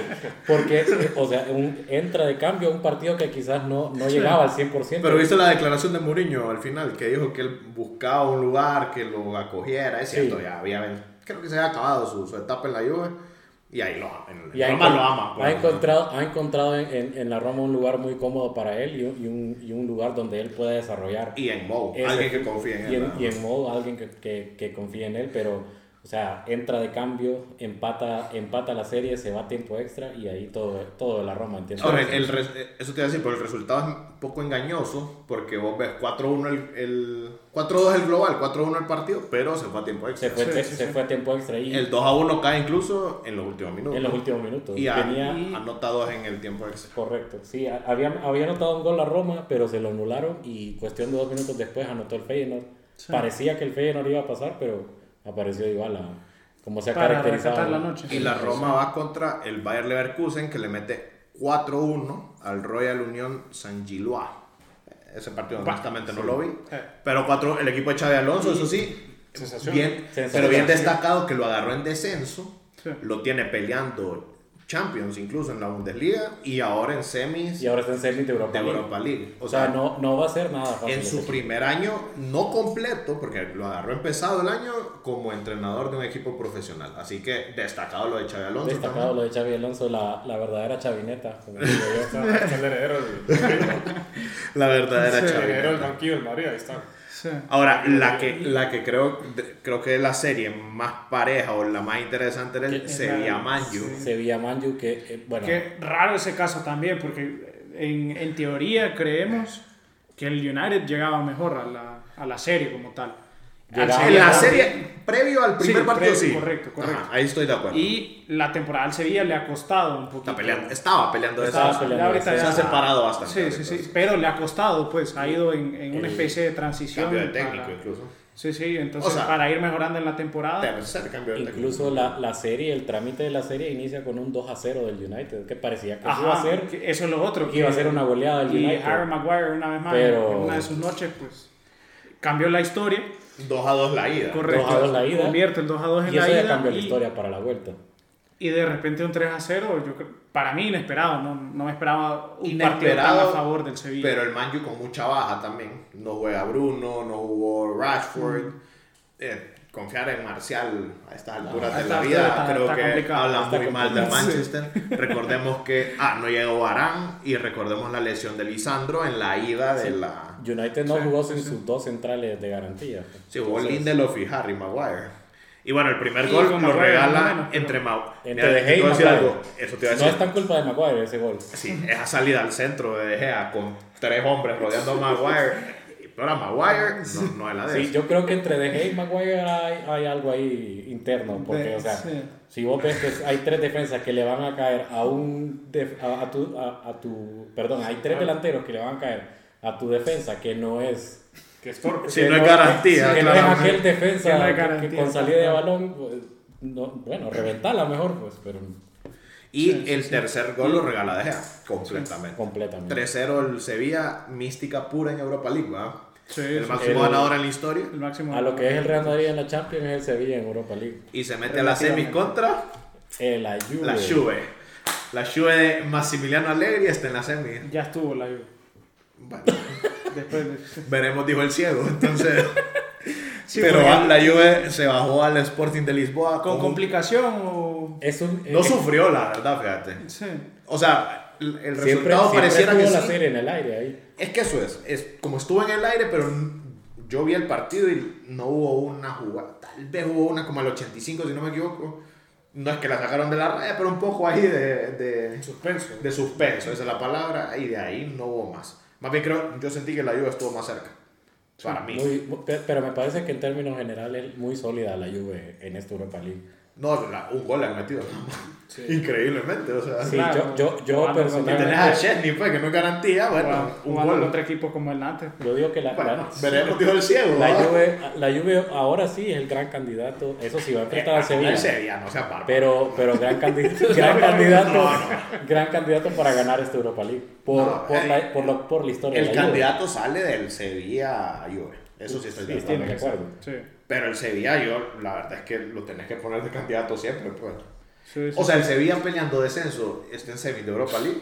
Speaker 3: porque o sea, un- entra de cambio a un partido que quizás no, no llegaba al 100%.
Speaker 2: Pero viste la declaración de Mourinho al final, que dijo que él buscaba un lugar que lo acogiera. Es
Speaker 3: Sí.
Speaker 2: cierto, ya había, creo que se había acabado su, su etapa en la Juve. Y ahí lo ama. En
Speaker 3: Y ha,
Speaker 2: Roma
Speaker 3: encon-
Speaker 2: lo ama.
Speaker 3: ha
Speaker 2: pues.
Speaker 3: encontrado, ha encontrado en, en- en la Roma un lugar muy cómodo para él y un, y un- y un lugar donde él pueda desarrollar.
Speaker 2: Y en Mou,
Speaker 3: ese-
Speaker 2: alguien que confía en él.
Speaker 3: Y en,
Speaker 2: nada
Speaker 3: y
Speaker 2: más.
Speaker 3: en modo alguien que, que- que confíe en él, pero, o sea, entra de cambio, empata, empata la serie, se va a tiempo extra y ahí todo, todo de la Roma, ¿entiendes?
Speaker 2: Ahora, el- el res- eh, eso te iba a decir, pero el resultado es un poco engañoso porque vos ves 4-1 el, el 4-2 el global, 4-1 el partido, pero se fue a tiempo extra.
Speaker 3: se, fue,
Speaker 1: sí,
Speaker 3: te-
Speaker 1: sí,
Speaker 3: se
Speaker 1: sí.
Speaker 3: fue a tiempo extra y
Speaker 2: El 2 a 1 cae incluso en los últimos minutos.
Speaker 3: en los últimos minutos.
Speaker 2: y a-
Speaker 3: Venía-
Speaker 2: anota dos en el tiempo extra.
Speaker 3: Correcto, sí, a- había, había anotado un gol la Roma, pero se lo anularon y cuestión de dos minutos después anotó el Feyenoord. Parecía que el Feyenoord iba a pasar, pero apareció Dybala, como se ha
Speaker 1: Para
Speaker 3: caracterizado.
Speaker 1: rescatar la noche.
Speaker 2: Y la Roma va contra el Bayer Leverkusen que le mete 4-1 al Royal Union San Gilois. Ese partido honestamente no lo vi.
Speaker 3: Eh.
Speaker 2: Pero cuatro, el equipo de Xavi Alonso, eso sí,
Speaker 4: Sensación.
Speaker 2: bien,
Speaker 3: Sensación.
Speaker 2: pero bien destacado que lo agarró en descenso.
Speaker 1: Sí.
Speaker 2: Lo tiene peleando Champions incluso en la Bundesliga y ahora en semis
Speaker 3: Y ahora está en semis de Europa.
Speaker 2: de
Speaker 3: League.
Speaker 2: Europa League.
Speaker 3: O sea, no, no va a ser nada fácil.
Speaker 2: En su
Speaker 3: este
Speaker 2: primer año, no completo, porque lo agarró empezado el año como entrenador de un equipo profesional. Así que destacado lo de Xavi
Speaker 3: equipo.
Speaker 2: Alonso.
Speaker 3: Destacado lo de Xavi Alonso, la, la verdadera chavineta. como digo yo.
Speaker 4: Está, está el heredero del-
Speaker 2: también. La verdadera
Speaker 4: el
Speaker 2: Xavi.
Speaker 4: heredero del banquillo del Madrid, ahí está.
Speaker 1: Sí.
Speaker 2: Ahora, la que, la que creo, de- creo que es la serie más pareja o la más interesante
Speaker 3: Que-
Speaker 2: es sería
Speaker 1: la-
Speaker 2: Manju.
Speaker 3: Sevilla Manju, que, eh, bueno,
Speaker 1: Que raro ese caso también, porque en, en teoría creemos que el United llegaba mejor a la, a la serie como tal. Al
Speaker 3: Llegaba.
Speaker 2: En
Speaker 1: Sevilla
Speaker 2: la
Speaker 1: también.
Speaker 2: serie previo al primer
Speaker 1: Ah, Sí,
Speaker 2: partido,
Speaker 1: previo,
Speaker 2: sí.
Speaker 1: correcto, correcto.
Speaker 2: Ajá, ahí estoy de acuerdo.
Speaker 1: Y la temporada al Sevilla le ha costado un poquito.
Speaker 2: Está peleando, estaba peleando de
Speaker 3: Estaba
Speaker 2: esas-
Speaker 3: peleando.
Speaker 1: Ya ahorita
Speaker 2: Se
Speaker 1: ya-
Speaker 2: ha separado bastante.
Speaker 1: Sí, sí, sí. Pero le ha costado, pues, ha ido en, en una
Speaker 3: El
Speaker 1: especie de transición.
Speaker 2: Cambio de técnico
Speaker 1: para-
Speaker 2: incluso.
Speaker 1: Sí, sí, entonces
Speaker 2: O sea,
Speaker 1: para ir mejorando en la temporada.
Speaker 2: Tercer cambio de
Speaker 3: incluso la, la serie, el trámite de la serie inicia con un 2 a 0 del United, que parecía que
Speaker 1: Ajá,
Speaker 3: se iba a hacer,
Speaker 1: que eso es lo otro.
Speaker 3: que iba a ser una goleada del
Speaker 1: Y
Speaker 3: United.
Speaker 1: Harry Maguire, una vez más,
Speaker 3: Pero-
Speaker 1: en una de sus noches, pues, cambió la historia.
Speaker 2: técnico. 2 a 2 la ida.
Speaker 1: Correcto.
Speaker 3: Dos a dos la ida.
Speaker 1: Convierte el 2 a 2 en
Speaker 3: y eso
Speaker 1: la
Speaker 3: ya
Speaker 1: ida
Speaker 3: cambió la
Speaker 1: y-
Speaker 3: historia para la vuelta.
Speaker 1: Y de repente un 3 a 0, yo, creo- para mí inesperado, no, no me esperaba un partido tan
Speaker 2: Inesperado,
Speaker 1: a favor del Sevilla.
Speaker 2: Pero el Manju con mucha baja también. No juega Bruno, no jugó Rashford.
Speaker 1: Mm.
Speaker 2: Eh, confiar en Marcial a estas alturas
Speaker 1: a
Speaker 2: de
Speaker 1: esta altura
Speaker 2: la vida
Speaker 1: está-
Speaker 2: creo
Speaker 1: está
Speaker 2: que
Speaker 1: complicado.
Speaker 2: habla
Speaker 1: Está
Speaker 2: muy mal del
Speaker 1: complicado.
Speaker 2: Manchester. recordemos que ah, no llegó Barán y recordemos la lesión de Lisandro en la ida de la...
Speaker 3: United no jugó sin sus dos centrales de garantía.
Speaker 2: Sí, jugó Lindelof y Harry Maguire. Y bueno, el primer
Speaker 1: Y
Speaker 2: gol
Speaker 1: con
Speaker 2: lo
Speaker 1: Maguire,
Speaker 2: regala
Speaker 1: no menos, pero-
Speaker 2: entre Maguire.
Speaker 3: Entre De Gea y Maguire.
Speaker 2: Eso te iba a
Speaker 3: No
Speaker 2: decir.
Speaker 3: es tan culpa de Maguire ese gol.
Speaker 2: Sí, esa salida al centro de De Gea con tres hombres rodeando a Maguire. Pero a Maguire no, no es la de
Speaker 3: Sí,
Speaker 2: eso.
Speaker 3: yo creo que entre De Gea y Maguire hay, hay algo ahí interno, porque,
Speaker 1: De-
Speaker 3: o sea,
Speaker 1: sí.
Speaker 3: si vos ves que hay tres defensas que le van a caer a un, def- a, a tu, a, a tu, perdón, hay tres delanteros que le van a caer a tu defensa que no es...
Speaker 4: Que estorbe.
Speaker 2: Sí,
Speaker 3: que
Speaker 2: no hay garantía,
Speaker 3: Que no es
Speaker 2: claramente.
Speaker 3: aquel
Speaker 1: Que
Speaker 3: defensa
Speaker 1: no hay
Speaker 3: que- que,
Speaker 1: garantía,
Speaker 3: con salida de
Speaker 1: claro.
Speaker 3: balón, pues, no, bueno, reventarla mejor, pues, pero
Speaker 2: Y el tercer gol lo regala De Gea completamente.
Speaker 3: completamente.
Speaker 2: 3-0 el Sevilla, mística pura en Europa League, ¿verdad?
Speaker 1: Sí,
Speaker 2: El
Speaker 1: sí,
Speaker 2: máximo
Speaker 3: El-
Speaker 2: ganador en la historia.
Speaker 1: el máximo.
Speaker 3: A lo que es el Real Madrid en la Champions es el Sevilla en Europa League.
Speaker 2: Y se mete a la semi contra
Speaker 3: Eh, la Juve.
Speaker 2: la Juve. La Juve de Massimiliano Allegri está en la semi.
Speaker 1: Ya estuvo la Juve.
Speaker 2: Bueno,
Speaker 1: Después de-
Speaker 2: veremos, dijo el ciego. Entonces,
Speaker 1: Sí,
Speaker 2: pero
Speaker 1: porque-
Speaker 2: la Juve se bajó al Sporting de Lisboa.
Speaker 1: ¿Con
Speaker 2: con un-
Speaker 1: complicación o.?
Speaker 3: Es un-
Speaker 2: No
Speaker 3: es-
Speaker 2: sufrió, la verdad, fíjate.
Speaker 1: Sí.
Speaker 2: O sea, el el
Speaker 3: siempre-
Speaker 2: resultado
Speaker 3: siempre
Speaker 2: pareciera que
Speaker 3: estuvo la
Speaker 2: sí.
Speaker 3: serie en el aire ahí.
Speaker 2: Es que eso es, es como estuvo en el aire, pero n- yo vi el partido y no hubo una jugada. Tal vez hubo una como al 85, si no me equivoco. No es que la sacaron de la raya, pero un poco ahí de, de,
Speaker 4: Suspenso.
Speaker 2: de suspenso, esa es la palabra, y de ahí no hubo más. Más bien creo, yo sentí que la Juve estuvo más cerca, para mí.
Speaker 3: Muy- pe- pero me parece que en términos generales muy sólida la Juve en esta Europa League.
Speaker 2: No, la- un gol le han metido, nada más.
Speaker 4: Sí.
Speaker 2: increíblemente, o sea.
Speaker 3: Sí,
Speaker 1: Claro,
Speaker 3: yo, yo, yo
Speaker 1: jugando
Speaker 2: Y tenés a
Speaker 3: personalmente,
Speaker 2: Chesney, pues, que no es garantía, bueno,
Speaker 1: Jugando-
Speaker 2: un
Speaker 1: jugando
Speaker 2: gol.
Speaker 1: contra equipos como el Nantes.
Speaker 3: yo digo que la,
Speaker 2: Bueno,
Speaker 3: la,
Speaker 2: veremos, dijo el ciego.
Speaker 3: la
Speaker 2: ¿verdad?
Speaker 3: Juve, la Juve ahora sí es el gran candidato. Eso sí, va a enfrentar a
Speaker 2: El
Speaker 3: Sevilla.
Speaker 2: Sevilla, Eh, ah, no sea bárbaro.
Speaker 3: Pero, pero gran, candi- gran candidato
Speaker 2: No,
Speaker 3: gran candidato para ganar esta Europa League. Por,
Speaker 2: No,
Speaker 3: por,
Speaker 2: eh,
Speaker 3: la, por, lo- por la historia
Speaker 2: El
Speaker 3: de la Juve.
Speaker 2: candidato sale del Sevilla a Juve. Eso sí estoy de
Speaker 3: Sí,
Speaker 2: acuerdo.
Speaker 3: tiene que ser.
Speaker 1: Sí.
Speaker 2: Pero el Sevilla, yo, la verdad es que lo tenés que poner de candidato siempre. pues.
Speaker 1: Sí, sí.
Speaker 2: O sea, el Sevilla peleando descenso está en semi de Europa League.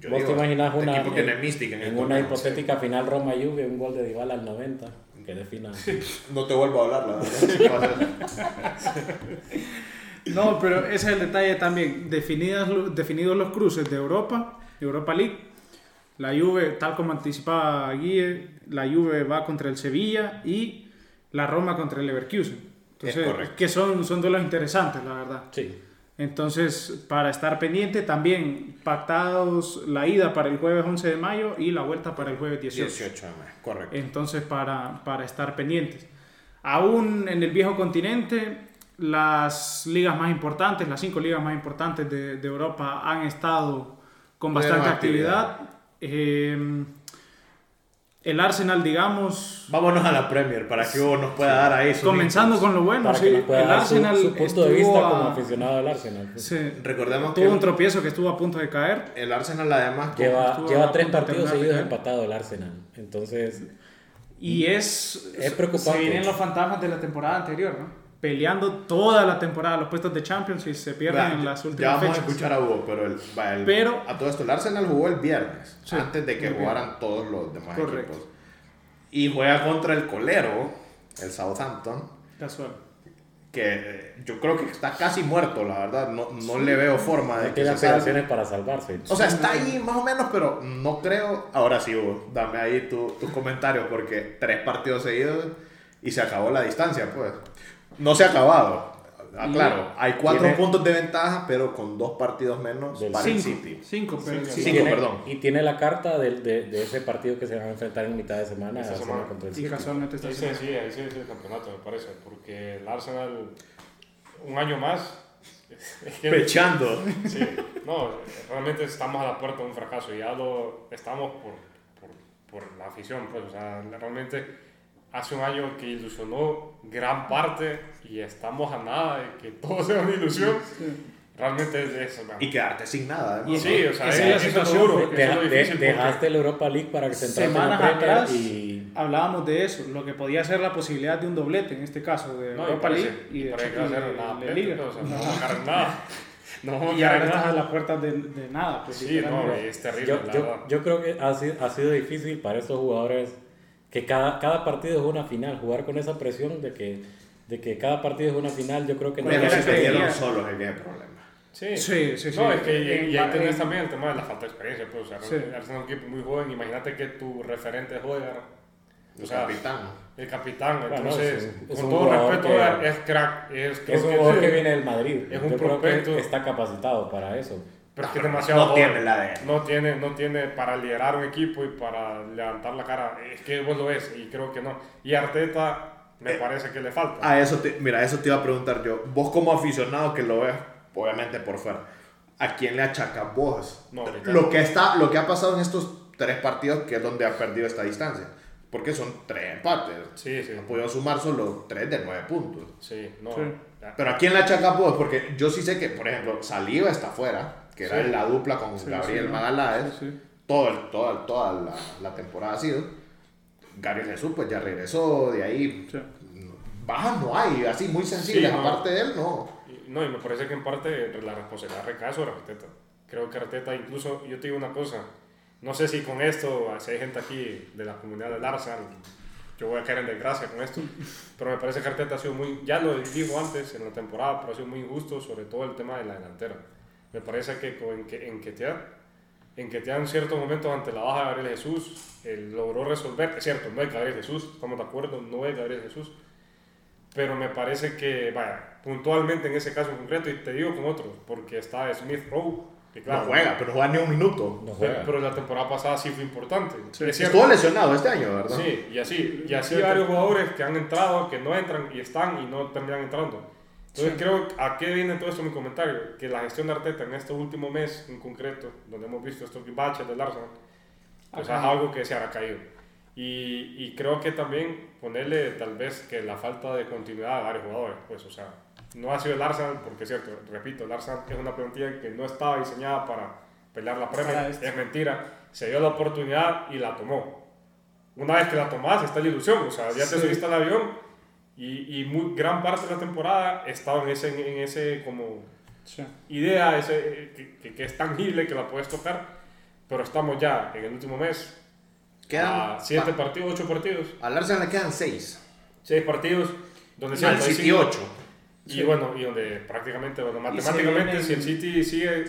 Speaker 2: Yo
Speaker 3: ¿Vos te
Speaker 2: digo,
Speaker 3: imaginas
Speaker 2: este
Speaker 3: una, eh,
Speaker 2: equipo que no es mística en este
Speaker 3: en
Speaker 2: el
Speaker 3: una
Speaker 2: torneo.
Speaker 3: hipotética final Roma-Juve, un gol de Dybala al 90, que defina.
Speaker 2: No te vuelvo a hablar, la verdad.
Speaker 1: No, pero ese es el detalle también. Definidas, lo- definidos los cruces de Europa, Europa League, la Juve, tal como anticipaba Guille, la Juve va contra el Sevilla y la Roma contra el Leverkusen. Entonces,
Speaker 2: Es correcto.
Speaker 1: que son, son duelos interesantes, la verdad.
Speaker 3: Sí.
Speaker 1: Entonces, para estar pendiente, también pactados la ida para el jueves 11 de mayo y la vuelta para el jueves 18.
Speaker 2: 18 de mayo, correcto.
Speaker 1: Entonces, para, para estar pendientes. Aún en el viejo continente, las ligas más importantes, las cinco ligas más importantes de, de Europa han estado con
Speaker 2: Plena
Speaker 1: bastante actividad. Eh, el Arsenal, digamos,
Speaker 2: Vámonos a la Premier para que Hugo nos pueda dar ahí. sus
Speaker 1: comenzando
Speaker 2: minutos.
Speaker 1: con lo bueno,
Speaker 3: Para
Speaker 1: sí,
Speaker 3: que nos pueda
Speaker 1: el
Speaker 3: dar su,
Speaker 1: Arsenal
Speaker 3: su punto de
Speaker 1: estuvo
Speaker 3: vista
Speaker 1: a-
Speaker 3: como aficionado del Arsenal. pues.
Speaker 1: sí,
Speaker 2: Recordemos que
Speaker 1: tuvo un tropiezo que estuvo a punto de caer.
Speaker 2: el Arsenal, además, con-
Speaker 3: Lleva,
Speaker 1: estuvo a
Speaker 3: lleva
Speaker 1: punto
Speaker 3: tres
Speaker 1: de
Speaker 3: partidos
Speaker 1: terminar de
Speaker 3: seguidos
Speaker 1: caer.
Speaker 3: empatado el Arsenal.
Speaker 2: Ah,
Speaker 3: Entonces,
Speaker 1: Y es,
Speaker 3: Es preocupante.
Speaker 1: Se vienen los fantasmas de la temporada anterior, ¿no? Peleando toda la temporada los puestos de Champions y se pierden
Speaker 2: Vea,
Speaker 1: en las
Speaker 2: ya
Speaker 1: últimas
Speaker 2: vamos
Speaker 1: fechas.
Speaker 2: a escuchar a Hugo, pero, el, va, el-
Speaker 1: Pero-
Speaker 2: a todo esto, el Arsenal jugó el viernes,
Speaker 1: Sí,
Speaker 2: antes de que
Speaker 1: el
Speaker 2: jugaran todos los demás
Speaker 1: Correcto.
Speaker 2: equipos. Y juega contra el colero, el Southampton,
Speaker 1: Casual.
Speaker 2: que eh, yo creo que está casi muerto, la verdad. No, no le veo forma de que
Speaker 3: Tiene
Speaker 2: se salve.
Speaker 3: aspiraciones para salvarse.
Speaker 2: O sea, está ahí más o menos, pero no creo. Ahora sí, Hugo, dame ahí tu- tus comentarios, porque tres partidos seguidos y se acabó la distancia, pues. No se ha acabado. Ah, Claro, hay cuatro
Speaker 3: Tiene-
Speaker 2: puntos de ventaja, pero con dos partidos menos
Speaker 3: Del
Speaker 2: para el
Speaker 1: Cinco,
Speaker 2: City.
Speaker 1: cinco, pero-
Speaker 4: Cinco.
Speaker 3: Y
Speaker 2: Cinco,
Speaker 3: tiene,
Speaker 2: perdón.
Speaker 3: y tiene la carta de, de- de ese partido que se van a enfrentar en mitad de semana,
Speaker 4: Esta
Speaker 3: Arsenal
Speaker 4: semana.
Speaker 3: contra el
Speaker 1: Y
Speaker 3: City.
Speaker 1: casualmente está
Speaker 4: Ahí sí, sí, ahí sí es el campeonato, me parece, porque el Arsenal un año más. es que-
Speaker 2: Pechando.
Speaker 4: sí, no, realmente estamos a la puerta de un fracaso y ya lo estamos por, por, por la afición, pues, o sea, realmente hace un año que ilusionó gran parte y estamos a nada de que todo sea una ilusión. Realmente es de eso, man.
Speaker 2: Y quedarte sin nada, además.
Speaker 4: Sí, o
Speaker 1: Esa
Speaker 4: sea, es,
Speaker 1: es la
Speaker 4: eso es lo
Speaker 1: situación,
Speaker 4: duro,
Speaker 1: de-
Speaker 4: eso es
Speaker 3: Deja-
Speaker 4: lo
Speaker 3: de-
Speaker 4: difícil, porque-
Speaker 3: dejaste la Europa League para que se entrase en la
Speaker 1: Semanas
Speaker 3: Premier
Speaker 1: atrás
Speaker 3: y
Speaker 1: hablábamos de eso, lo que podía ser la posibilidad de un doblete en este caso de
Speaker 4: No, y
Speaker 1: Europa
Speaker 4: para
Speaker 1: League
Speaker 4: que-
Speaker 1: y de,
Speaker 4: para que va a ser nada,
Speaker 1: y de Liga.
Speaker 4: pero, o sea, no vamos a ganar nada. No vamos a
Speaker 1: Y ahora
Speaker 4: ganar
Speaker 1: estás a
Speaker 4: nada.
Speaker 1: las puertas de, de nada. Pues,
Speaker 4: Sí,
Speaker 1: literalmente.
Speaker 4: no, es terrible,
Speaker 3: yo,
Speaker 4: la
Speaker 3: yo-
Speaker 4: verdad.
Speaker 3: yo creo que ha sido, ha sido difícil para estos jugadores que cada, cada partido es una final, jugar con esa presión de que, de que cada partido es una final, yo creo que no
Speaker 2: Pero
Speaker 1: Cualquiera
Speaker 2: se
Speaker 3: es
Speaker 1: que-
Speaker 2: perdieron
Speaker 1: creería.
Speaker 2: solos el gran problema.
Speaker 4: Sí,
Speaker 1: Sí, sí, sí.
Speaker 4: No, es que y- y ahí
Speaker 1: En-
Speaker 4: tenés
Speaker 1: en-
Speaker 4: también el tema de la falta de experiencia. Pues, o sea,
Speaker 1: Sí.
Speaker 4: Arsenal es un equipo muy joven. Imagínate que tu referente juega
Speaker 2: O sea, capitán.
Speaker 4: el capitán.
Speaker 3: Bueno,
Speaker 4: Entonces,
Speaker 3: es un- es
Speaker 4: con
Speaker 3: un
Speaker 4: todo
Speaker 3: jugador
Speaker 4: respeto,
Speaker 3: que-
Speaker 4: es crack. Es, creo
Speaker 3: es un jugador que
Speaker 4: que-
Speaker 3: viene del Madrid.
Speaker 4: Es un
Speaker 3: yo creo
Speaker 4: prospecto.
Speaker 3: que está capacitado para eso.
Speaker 4: Pero es que
Speaker 2: No,
Speaker 4: es demasiado
Speaker 2: no
Speaker 4: joven.
Speaker 2: tiene el ADN.
Speaker 4: No tiene, no tiene para liderar un equipo y para levantar la cara. Es que vos lo ves y creo que no. Y Arteta me
Speaker 2: Eh,
Speaker 4: parece que le falta.
Speaker 2: A eso te, mira, eso te iba a preguntar yo. Vos como aficionado que lo veas, obviamente por fuera, ¿a quién le achacas vos?
Speaker 4: No, ahorita
Speaker 2: lo,
Speaker 4: no.
Speaker 2: que está, lo que ha pasado en estos tres partidos, que es donde ha perdido esta distancia. Porque son tres empates.
Speaker 4: Sí, sí.
Speaker 2: Ha podido sumar solo tres de nueve puntos.
Speaker 4: Sí, no. Ah,
Speaker 1: Sí.
Speaker 4: Ya.
Speaker 2: Pero ¿a quién le achacas vos? Porque yo sí sé que, por ejemplo, Saliva está fuera, que era
Speaker 4: Sí.
Speaker 2: la dupla con Gabriel
Speaker 1: sí, ¿no?
Speaker 2: Magaláes.
Speaker 1: Sí, sí.
Speaker 2: Todo el- toda, toda la, la temporada ha sido. Gabriel Jesús, pues ya regresó de ahí.
Speaker 1: Sí.
Speaker 2: Bajas no hay, así muy sensibles.
Speaker 4: no.
Speaker 2: Aparte de él, no.
Speaker 4: Y- No, y me parece que en parte la responsabilidad recae sobre Arteta. Creo que Arteta, incluso, yo te digo una cosa, no sé si con esto, ah, si hay gente aquí de la comunidad del Arsenal, yo voy a caer en desgracia con esto, pero me parece que Arteta ha sido muy, ya lo dijo antes en la temporada, pero ha sido muy injusto, sobre todo el tema de la delantera. Me parece que con- en que en Ketia, en Ketia en ciertos momentos ante la baja de Gabriel Jesús, él logró resolver, es cierto, no es Gabriel Jesús, estamos de acuerdo, no es Gabriel Jesús, pero me parece que, vaya, puntualmente en ese caso en concreto, y te digo con otros, porque está Smith Rowe, que claro,
Speaker 2: No juega, pero no juega ni un minuto.
Speaker 3: No
Speaker 4: pero,
Speaker 3: juega.
Speaker 4: pero la temporada pasada sí fue importante. Es cierto.
Speaker 2: Estuvo lesionado este año, ¿verdad?
Speaker 4: Sí, y así, y así hay varios jugadores que han entrado, que no entran y están y no terminan entrando. Entonces creo a qué viene todo esto mi comentario, que la gestión de Arteta en este último mes en concreto, donde hemos visto estos baches del Arsenal, pues es
Speaker 1: Ajá.
Speaker 4: algo que se habrá caído. Y, y creo que también ponerle tal vez que la falta de continuidad a varios jugadores, pues o sea, no ha sido el Arsenal, porque es cierto, repito, el Arsenal es una plantilla que no estaba diseñada para pelear la
Speaker 1: Para
Speaker 4: Premier,
Speaker 1: esto.
Speaker 4: es mentira, se dio la oportunidad y la tomó una vez que la tomás, está la ilusión. O sea, ya te
Speaker 1: Sí.
Speaker 4: subiste al avión y, y muy, gran parte de la temporada he estado en ese, en ese como
Speaker 1: Sí.
Speaker 4: idea ese, eh, que, que- que es tangible, que la puedes tocar. Pero estamos ya en el último mes.
Speaker 2: Quedan.
Speaker 4: a Ah, siete
Speaker 2: a-
Speaker 4: partidos, ocho partidos,
Speaker 2: Al Arsenal le quedan seis.
Speaker 4: seis partidos. Donde
Speaker 2: al
Speaker 4: siempre hay
Speaker 2: City
Speaker 4: cinco.
Speaker 2: ocho.
Speaker 4: Y bueno, y donde prácticamente, bueno,
Speaker 1: Y se
Speaker 4: matemáticamente,
Speaker 1: vienen-
Speaker 4: si el City sigue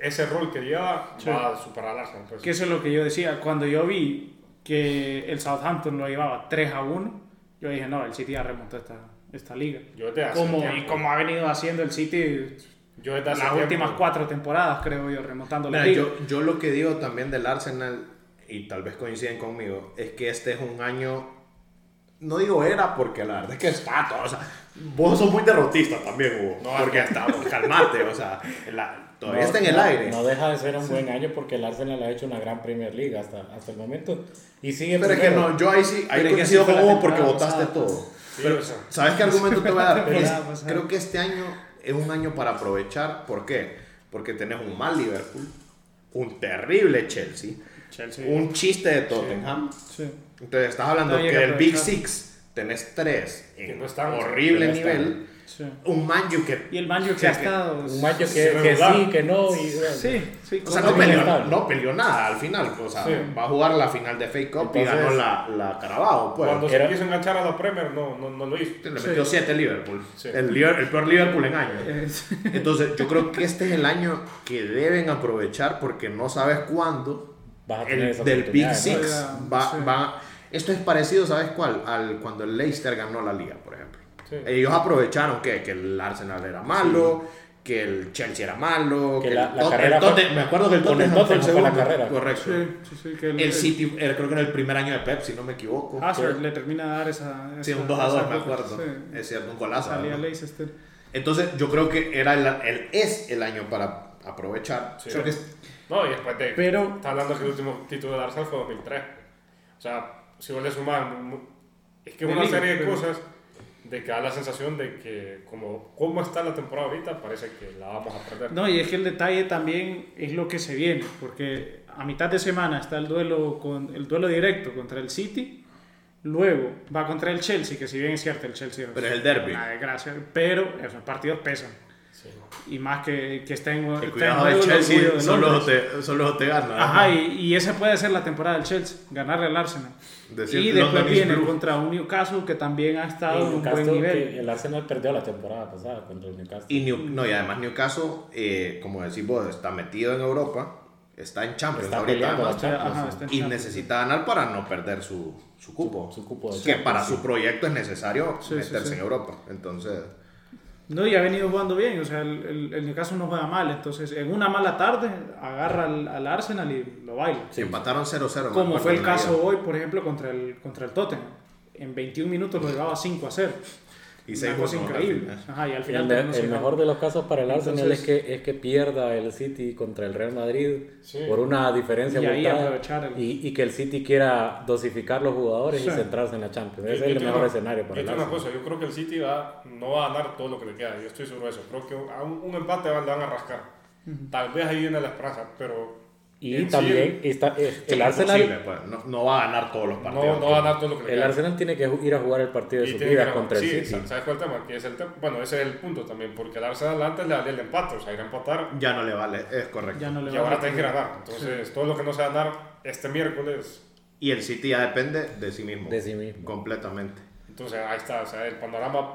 Speaker 4: ese rol que lleva,
Speaker 1: Sí.
Speaker 4: va a superar al Arsenal. pues.
Speaker 1: Que eso es lo que yo decía. Cuando yo vi que el Southampton lo llevaba 3 a 1, yo dije, no, el City ya remontó esta, esta liga.
Speaker 4: Yo desde hace
Speaker 1: Como,
Speaker 4: tiempo-
Speaker 1: y como ha venido haciendo el City
Speaker 4: yo desde
Speaker 1: las
Speaker 4: hace tiempo-
Speaker 1: últimas cuatro temporadas, creo yo, remontando la
Speaker 2: Mira,
Speaker 1: liga.
Speaker 2: yo, yo lo que digo también del Arsenal, y tal vez coinciden conmigo, es que este es un año. No digo era porque la verdad es que está todo. O sea, vos sos muy derrotista también, Hugo.
Speaker 4: No,
Speaker 2: porque estamos, calmate, o sea, la- todavía está en el
Speaker 3: no-
Speaker 2: aire.
Speaker 3: No deja de ser un buen año porque el Arsenal ha hecho una gran Premier League hasta, hasta el momento. Y sigue
Speaker 2: pero es que
Speaker 3: primero.
Speaker 2: no, yo ahí sí, ahí
Speaker 1: Pero es que
Speaker 2: coincido
Speaker 1: así fue
Speaker 2: con
Speaker 1: la
Speaker 2: Hugo porque
Speaker 1: temporada
Speaker 2: votaste
Speaker 1: pasada.
Speaker 2: todo.
Speaker 4: Sí,
Speaker 2: Pero,
Speaker 4: o sea.
Speaker 2: ¿Sabes qué argumento te voy a dar?
Speaker 1: Pero
Speaker 2: Es-
Speaker 1: ya, pues,
Speaker 2: creo que este año es un año para aprovechar. ¿Por qué? Porque tenés un mal Liverpool, un terrible Chelsea,
Speaker 4: Chelsea.
Speaker 2: un chiste de Tottenham.
Speaker 1: Sí.
Speaker 2: Entonces estás
Speaker 1: No
Speaker 2: hablando que
Speaker 1: llega a
Speaker 2: el Big
Speaker 1: aprovechar.
Speaker 2: Six te tenés tres
Speaker 4: Que
Speaker 2: en
Speaker 4: no están,
Speaker 2: horrible
Speaker 3: que no están.
Speaker 2: nivel,
Speaker 1: Sí.
Speaker 2: un Manju que...
Speaker 1: Y el Manju
Speaker 2: Sí,
Speaker 1: que ha
Speaker 2: es que-
Speaker 1: estado.
Speaker 3: Un macho que,
Speaker 4: Sí,
Speaker 3: que
Speaker 4: regular.
Speaker 3: sí, que no. Y,
Speaker 1: Sí, sí.
Speaker 2: O sea,
Speaker 1: con-
Speaker 2: no peleó,
Speaker 3: inestable.
Speaker 2: no peleó nada al final. O sea,
Speaker 4: Sí.
Speaker 2: va a jugar la final de Fake Cup y
Speaker 3: Entonces-
Speaker 2: ganó la, la Carabao. Pues.
Speaker 4: Cuando
Speaker 3: era-
Speaker 4: se quiso enganchar a la Premier, no, no, no lo hizo.
Speaker 2: Le metió 7 Liverpool.
Speaker 4: Sí.
Speaker 2: El, Liver- el peor Liverpool en años.
Speaker 1: Es-
Speaker 2: Entonces, yo creo que este es el año que deben aprovechar porque no sabes cuándo
Speaker 3: Vas a tener
Speaker 2: el,
Speaker 3: esa
Speaker 2: del Big
Speaker 3: oportunidad,
Speaker 2: Six
Speaker 1: ¿no?
Speaker 2: va,
Speaker 1: Sí.
Speaker 2: va- Esto es parecido, ¿sabes cuál? Al cuando el Leicester ganó la liga, por ejemplo.
Speaker 4: Sí.
Speaker 2: Ellos aprovecharon que, que el Arsenal era malo, que el Chelsea era malo,
Speaker 3: Que
Speaker 2: el
Speaker 3: la- la
Speaker 2: Tot- el
Speaker 3: carrera fue-
Speaker 2: Totten- me acuerdo que el
Speaker 3: con el
Speaker 2: Tottenham, fue el
Speaker 3: Tottenham fue la
Speaker 2: segundo.
Speaker 3: carrera.
Speaker 2: Correcto.
Speaker 1: Sí, sí, sí, que
Speaker 2: El City, era- creo que era el primer año de Pep, si no me equivoco.
Speaker 3: Ah,
Speaker 1: Hazard le termina de dar esa.
Speaker 2: Sí,
Speaker 1: esa-
Speaker 2: un 2 a 2,
Speaker 1: esa-
Speaker 2: me acuerdo.
Speaker 1: sí.
Speaker 2: Es cierto, un golazo.
Speaker 1: Salía
Speaker 2: además.
Speaker 1: Leicester.
Speaker 2: Entonces, yo creo que era el, el- es el año para aprovechar. Creo que es-
Speaker 4: No, y después de.
Speaker 1: Pero-
Speaker 4: Está hablando que el último título de Arsenal fue 2003. O sea, si vos le sumás. mu- Es que es
Speaker 1: De
Speaker 4: una
Speaker 1: liga,
Speaker 4: serie de
Speaker 1: pero-
Speaker 4: cosas de que da la sensación de que, como, como está la temporada ahorita, parece que la vamos a perder.
Speaker 1: No, y es que el detalle también es lo que se viene, porque a mitad de semana está el duelo, con, el duelo directo contra el City, luego va contra el Chelsea, que si bien es cierto, el Chelsea
Speaker 2: Pero es el derbi.
Speaker 1: una desgracia, pero esos partidos pesan.
Speaker 4: Sí.
Speaker 1: Y más que, que está en, está
Speaker 2: el
Speaker 1: en
Speaker 2: cuidado
Speaker 1: juego
Speaker 2: del
Speaker 1: el orgullo
Speaker 2: Chelsea
Speaker 1: de
Speaker 2: solo
Speaker 1: Londres.
Speaker 2: te, solo te gana.
Speaker 1: Ajá, y, y esa puede ser la temporada del Chelsea, ganarle al Arsenal.
Speaker 2: Decir,
Speaker 1: y después
Speaker 2: London is
Speaker 1: viene
Speaker 2: blue.
Speaker 1: contra un Newcastle que también ha
Speaker 3: Y
Speaker 1: estado en un
Speaker 3: Newcastle,
Speaker 1: buen nivel.
Speaker 3: que el Arsenal perdió la temporada pasada contra el Newcastle.
Speaker 2: Y New- no, y además Newcastle, eh, como decís vos, está metido en Europa, está en Champions
Speaker 3: Está pues,
Speaker 2: ahorita
Speaker 3: peleando
Speaker 2: además,
Speaker 3: la Champions,
Speaker 1: Ajá, está en
Speaker 2: y
Speaker 1: Champions.
Speaker 2: necesita ganar para no perder su, su cupo.
Speaker 3: su cupo de
Speaker 2: que
Speaker 3: Champions,
Speaker 2: para
Speaker 3: sí.
Speaker 2: su proyecto es necesario
Speaker 1: Sí, sí,
Speaker 2: meterse
Speaker 1: sí.
Speaker 2: en Europa. Entonces,
Speaker 1: No, y ha venido jugando bien, o sea, el, el, el Newcastle no juega mal, entonces en una mala tarde agarra al, al Arsenal y lo baila.
Speaker 2: empataron 0-0. me
Speaker 1: Como
Speaker 2: acuerdo,
Speaker 1: fue el
Speaker 2: en la
Speaker 1: caso
Speaker 2: ida.
Speaker 1: hoy, por ejemplo, contra el, contra el Tottenham. En 21 minutos lo llevaba 5 a 0.
Speaker 2: Y
Speaker 1: una
Speaker 2: seis
Speaker 1: cosa
Speaker 2: goles,
Speaker 1: increíble.
Speaker 2: al final.
Speaker 1: Ajá, y al final
Speaker 3: El,
Speaker 1: terminó
Speaker 3: el
Speaker 1: siendo-
Speaker 3: mejor de los casos para el Arsenal
Speaker 1: Entonces-
Speaker 3: es, que, es que pierda el City contra el Real Madrid
Speaker 4: Sí.
Speaker 3: por una diferencia
Speaker 1: Y ahí
Speaker 3: abultada
Speaker 1: aprovechar el-
Speaker 3: y, y que el City quiera dosificar los jugadores y
Speaker 1: Sí.
Speaker 3: centrarse en la Champions.
Speaker 4: Yo-
Speaker 3: Ese
Speaker 4: yo
Speaker 3: es el
Speaker 4: te
Speaker 3: mejor
Speaker 4: digo-
Speaker 3: escenario para
Speaker 4: yo
Speaker 3: el
Speaker 4: te digo una
Speaker 3: Arsenal.
Speaker 4: cosa, yo creo que el City va, no va a ganar todo lo que le queda, yo estoy seguro de eso. Creo que a un, un empate van- le van a rascar. Tal vez ahí viene la esperanza, pero. en
Speaker 3: Y
Speaker 4: sí,
Speaker 3: también está- eh, el,
Speaker 2: Sí, imposible,
Speaker 3: Arsenal,
Speaker 2: pues, no, no va a ganar todos los partidos.
Speaker 4: no, no va a ganar todo lo que le
Speaker 3: el
Speaker 4: queda.
Speaker 3: Arsenal tiene que ir a jugar el partido de
Speaker 4: Y
Speaker 3: su
Speaker 4: tiene que
Speaker 3: vida
Speaker 4: ganar.
Speaker 3: contra el
Speaker 4: sí,
Speaker 3: City.
Speaker 4: ¿Sabes cuál es el tema? Que es el tema? Bueno, ese es el punto también, porque el Arsenal antes le valía el empate, o sea, ir a empatar
Speaker 2: Ya no le vale, es correcto.
Speaker 1: Ya no le
Speaker 4: y
Speaker 1: va a
Speaker 4: ahora
Speaker 1: dar
Speaker 4: tenés que
Speaker 1: tiempo.
Speaker 4: ganar. Entonces, todo lo que no se va a ganar este miércoles,
Speaker 2: Y el City ya depende de sí mismo.
Speaker 3: De sí mismo.
Speaker 2: Completamente.
Speaker 4: entonces ahí está, o sea, el panorama,